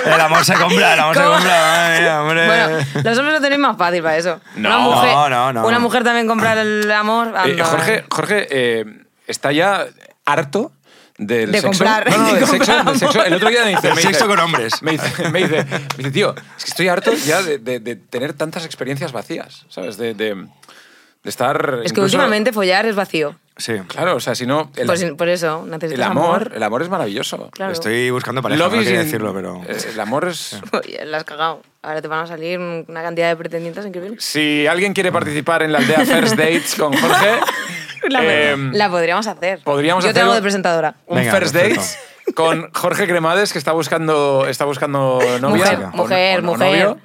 [SPEAKER 1] el amor se compra, el amor se
[SPEAKER 3] ¿Cómo?
[SPEAKER 1] compra. madre mía, hombre.
[SPEAKER 3] Bueno, los hombres lo tenéis más fácil para eso.
[SPEAKER 2] No,
[SPEAKER 3] una mujer,
[SPEAKER 1] eh. no, no.
[SPEAKER 3] Una mujer también comprar el amor.
[SPEAKER 2] Eh,
[SPEAKER 3] anda.
[SPEAKER 2] Jorge, Jorge eh, está ya harto del
[SPEAKER 3] De
[SPEAKER 2] sexo.
[SPEAKER 3] comprar.
[SPEAKER 2] No, no,
[SPEAKER 3] De
[SPEAKER 2] del sexo,
[SPEAKER 3] comprar
[SPEAKER 2] del sexo. El otro día me dice.
[SPEAKER 1] Del
[SPEAKER 2] me dice-
[SPEAKER 1] sexo con hombres.
[SPEAKER 2] Me dice, me dice- me dice, tío, es que estoy harto ya de, de- de tener tantas experiencias vacías, ¿sabes? De, de- de estar.
[SPEAKER 3] Es que
[SPEAKER 2] incluso-
[SPEAKER 3] últimamente Pues, follar es vacío.
[SPEAKER 1] Sí.
[SPEAKER 2] Claro, o sea, si no. El,
[SPEAKER 3] Por, si- por eso, necesitas
[SPEAKER 2] el amor, el amor es maravilloso.
[SPEAKER 3] Claro.
[SPEAKER 1] Estoy buscando pareja,
[SPEAKER 2] Love
[SPEAKER 1] no
[SPEAKER 2] is
[SPEAKER 1] quería
[SPEAKER 2] in-
[SPEAKER 1] decirlo, pero...
[SPEAKER 2] eh, El amor es.
[SPEAKER 3] Oye, la has cagado. Ahora te van a salir una cantidad de pretendientes increíbles.
[SPEAKER 2] Si alguien quiere participar en la aldea First Dates con Jorge,
[SPEAKER 3] La,
[SPEAKER 2] em,
[SPEAKER 3] la podríamos hacer.
[SPEAKER 2] podríamos
[SPEAKER 3] Yo te
[SPEAKER 2] hacerlo-
[SPEAKER 3] hago de presentadora.
[SPEAKER 2] un
[SPEAKER 1] Venga,
[SPEAKER 2] First
[SPEAKER 1] perfecto.
[SPEAKER 2] Dates con Jorge Cremades que está buscando, está buscando novia.
[SPEAKER 3] Mujer,
[SPEAKER 2] o no-
[SPEAKER 3] mujer,
[SPEAKER 2] o no- o
[SPEAKER 3] mujer.
[SPEAKER 2] novio.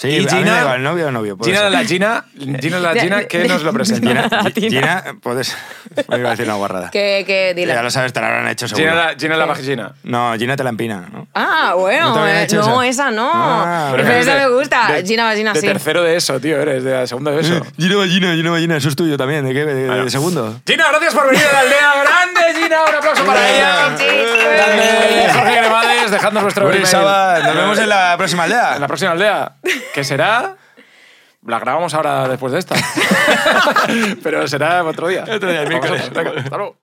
[SPEAKER 1] Sí, a
[SPEAKER 2] Y
[SPEAKER 1] mí me
[SPEAKER 2] Gina-
[SPEAKER 1] da igual, novio o novio. puede
[SPEAKER 2] Gina
[SPEAKER 1] ser.
[SPEAKER 2] la Gina, Gina la
[SPEAKER 3] De-
[SPEAKER 2] Gina que
[SPEAKER 3] de-
[SPEAKER 2] nos lo presenta.
[SPEAKER 1] Gina, Gi- Gina, puedes... Me iba a decir una guarrada.
[SPEAKER 3] Que, que dile.
[SPEAKER 1] Ya lo sabes, te la habrán hecho seguro.
[SPEAKER 2] Gina la, Gina la vagina.
[SPEAKER 1] No, Gina te la empina, ¿no?
[SPEAKER 3] Ah, bueno.
[SPEAKER 1] ¿No te habían
[SPEAKER 3] eh,
[SPEAKER 1] hecho
[SPEAKER 3] no,
[SPEAKER 1] esa?
[SPEAKER 3] esa no.
[SPEAKER 1] Ah,
[SPEAKER 3] pero
[SPEAKER 1] pero
[SPEAKER 3] esa
[SPEAKER 2] eres
[SPEAKER 3] me
[SPEAKER 2] de-
[SPEAKER 3] gusta.
[SPEAKER 2] de-
[SPEAKER 3] Gina Vagina,
[SPEAKER 2] de
[SPEAKER 3] sí.
[SPEAKER 2] tercero de eso, tío, eres de la segunda de eso.
[SPEAKER 1] Gina Vagina, Gina Vagina, eso es tuyo también. ¿De qué? ¿De, de- de segundo?
[SPEAKER 2] Gina, gracias por venir a la aldea grande, Gina. Un aplauso para ella.
[SPEAKER 3] Sí,
[SPEAKER 2] Grande. Jorge Cremades, dejadnos vuestro
[SPEAKER 1] Uri
[SPEAKER 2] email.
[SPEAKER 1] Saba, nos vemos en la próxima aldea.
[SPEAKER 2] En la próxima aldea, que será... La grabamos ahora después de esta. Pero será otro día.
[SPEAKER 1] Otro día, el
[SPEAKER 2] Vamos a-
[SPEAKER 1] miércoles.
[SPEAKER 2] venga, Hasta luego.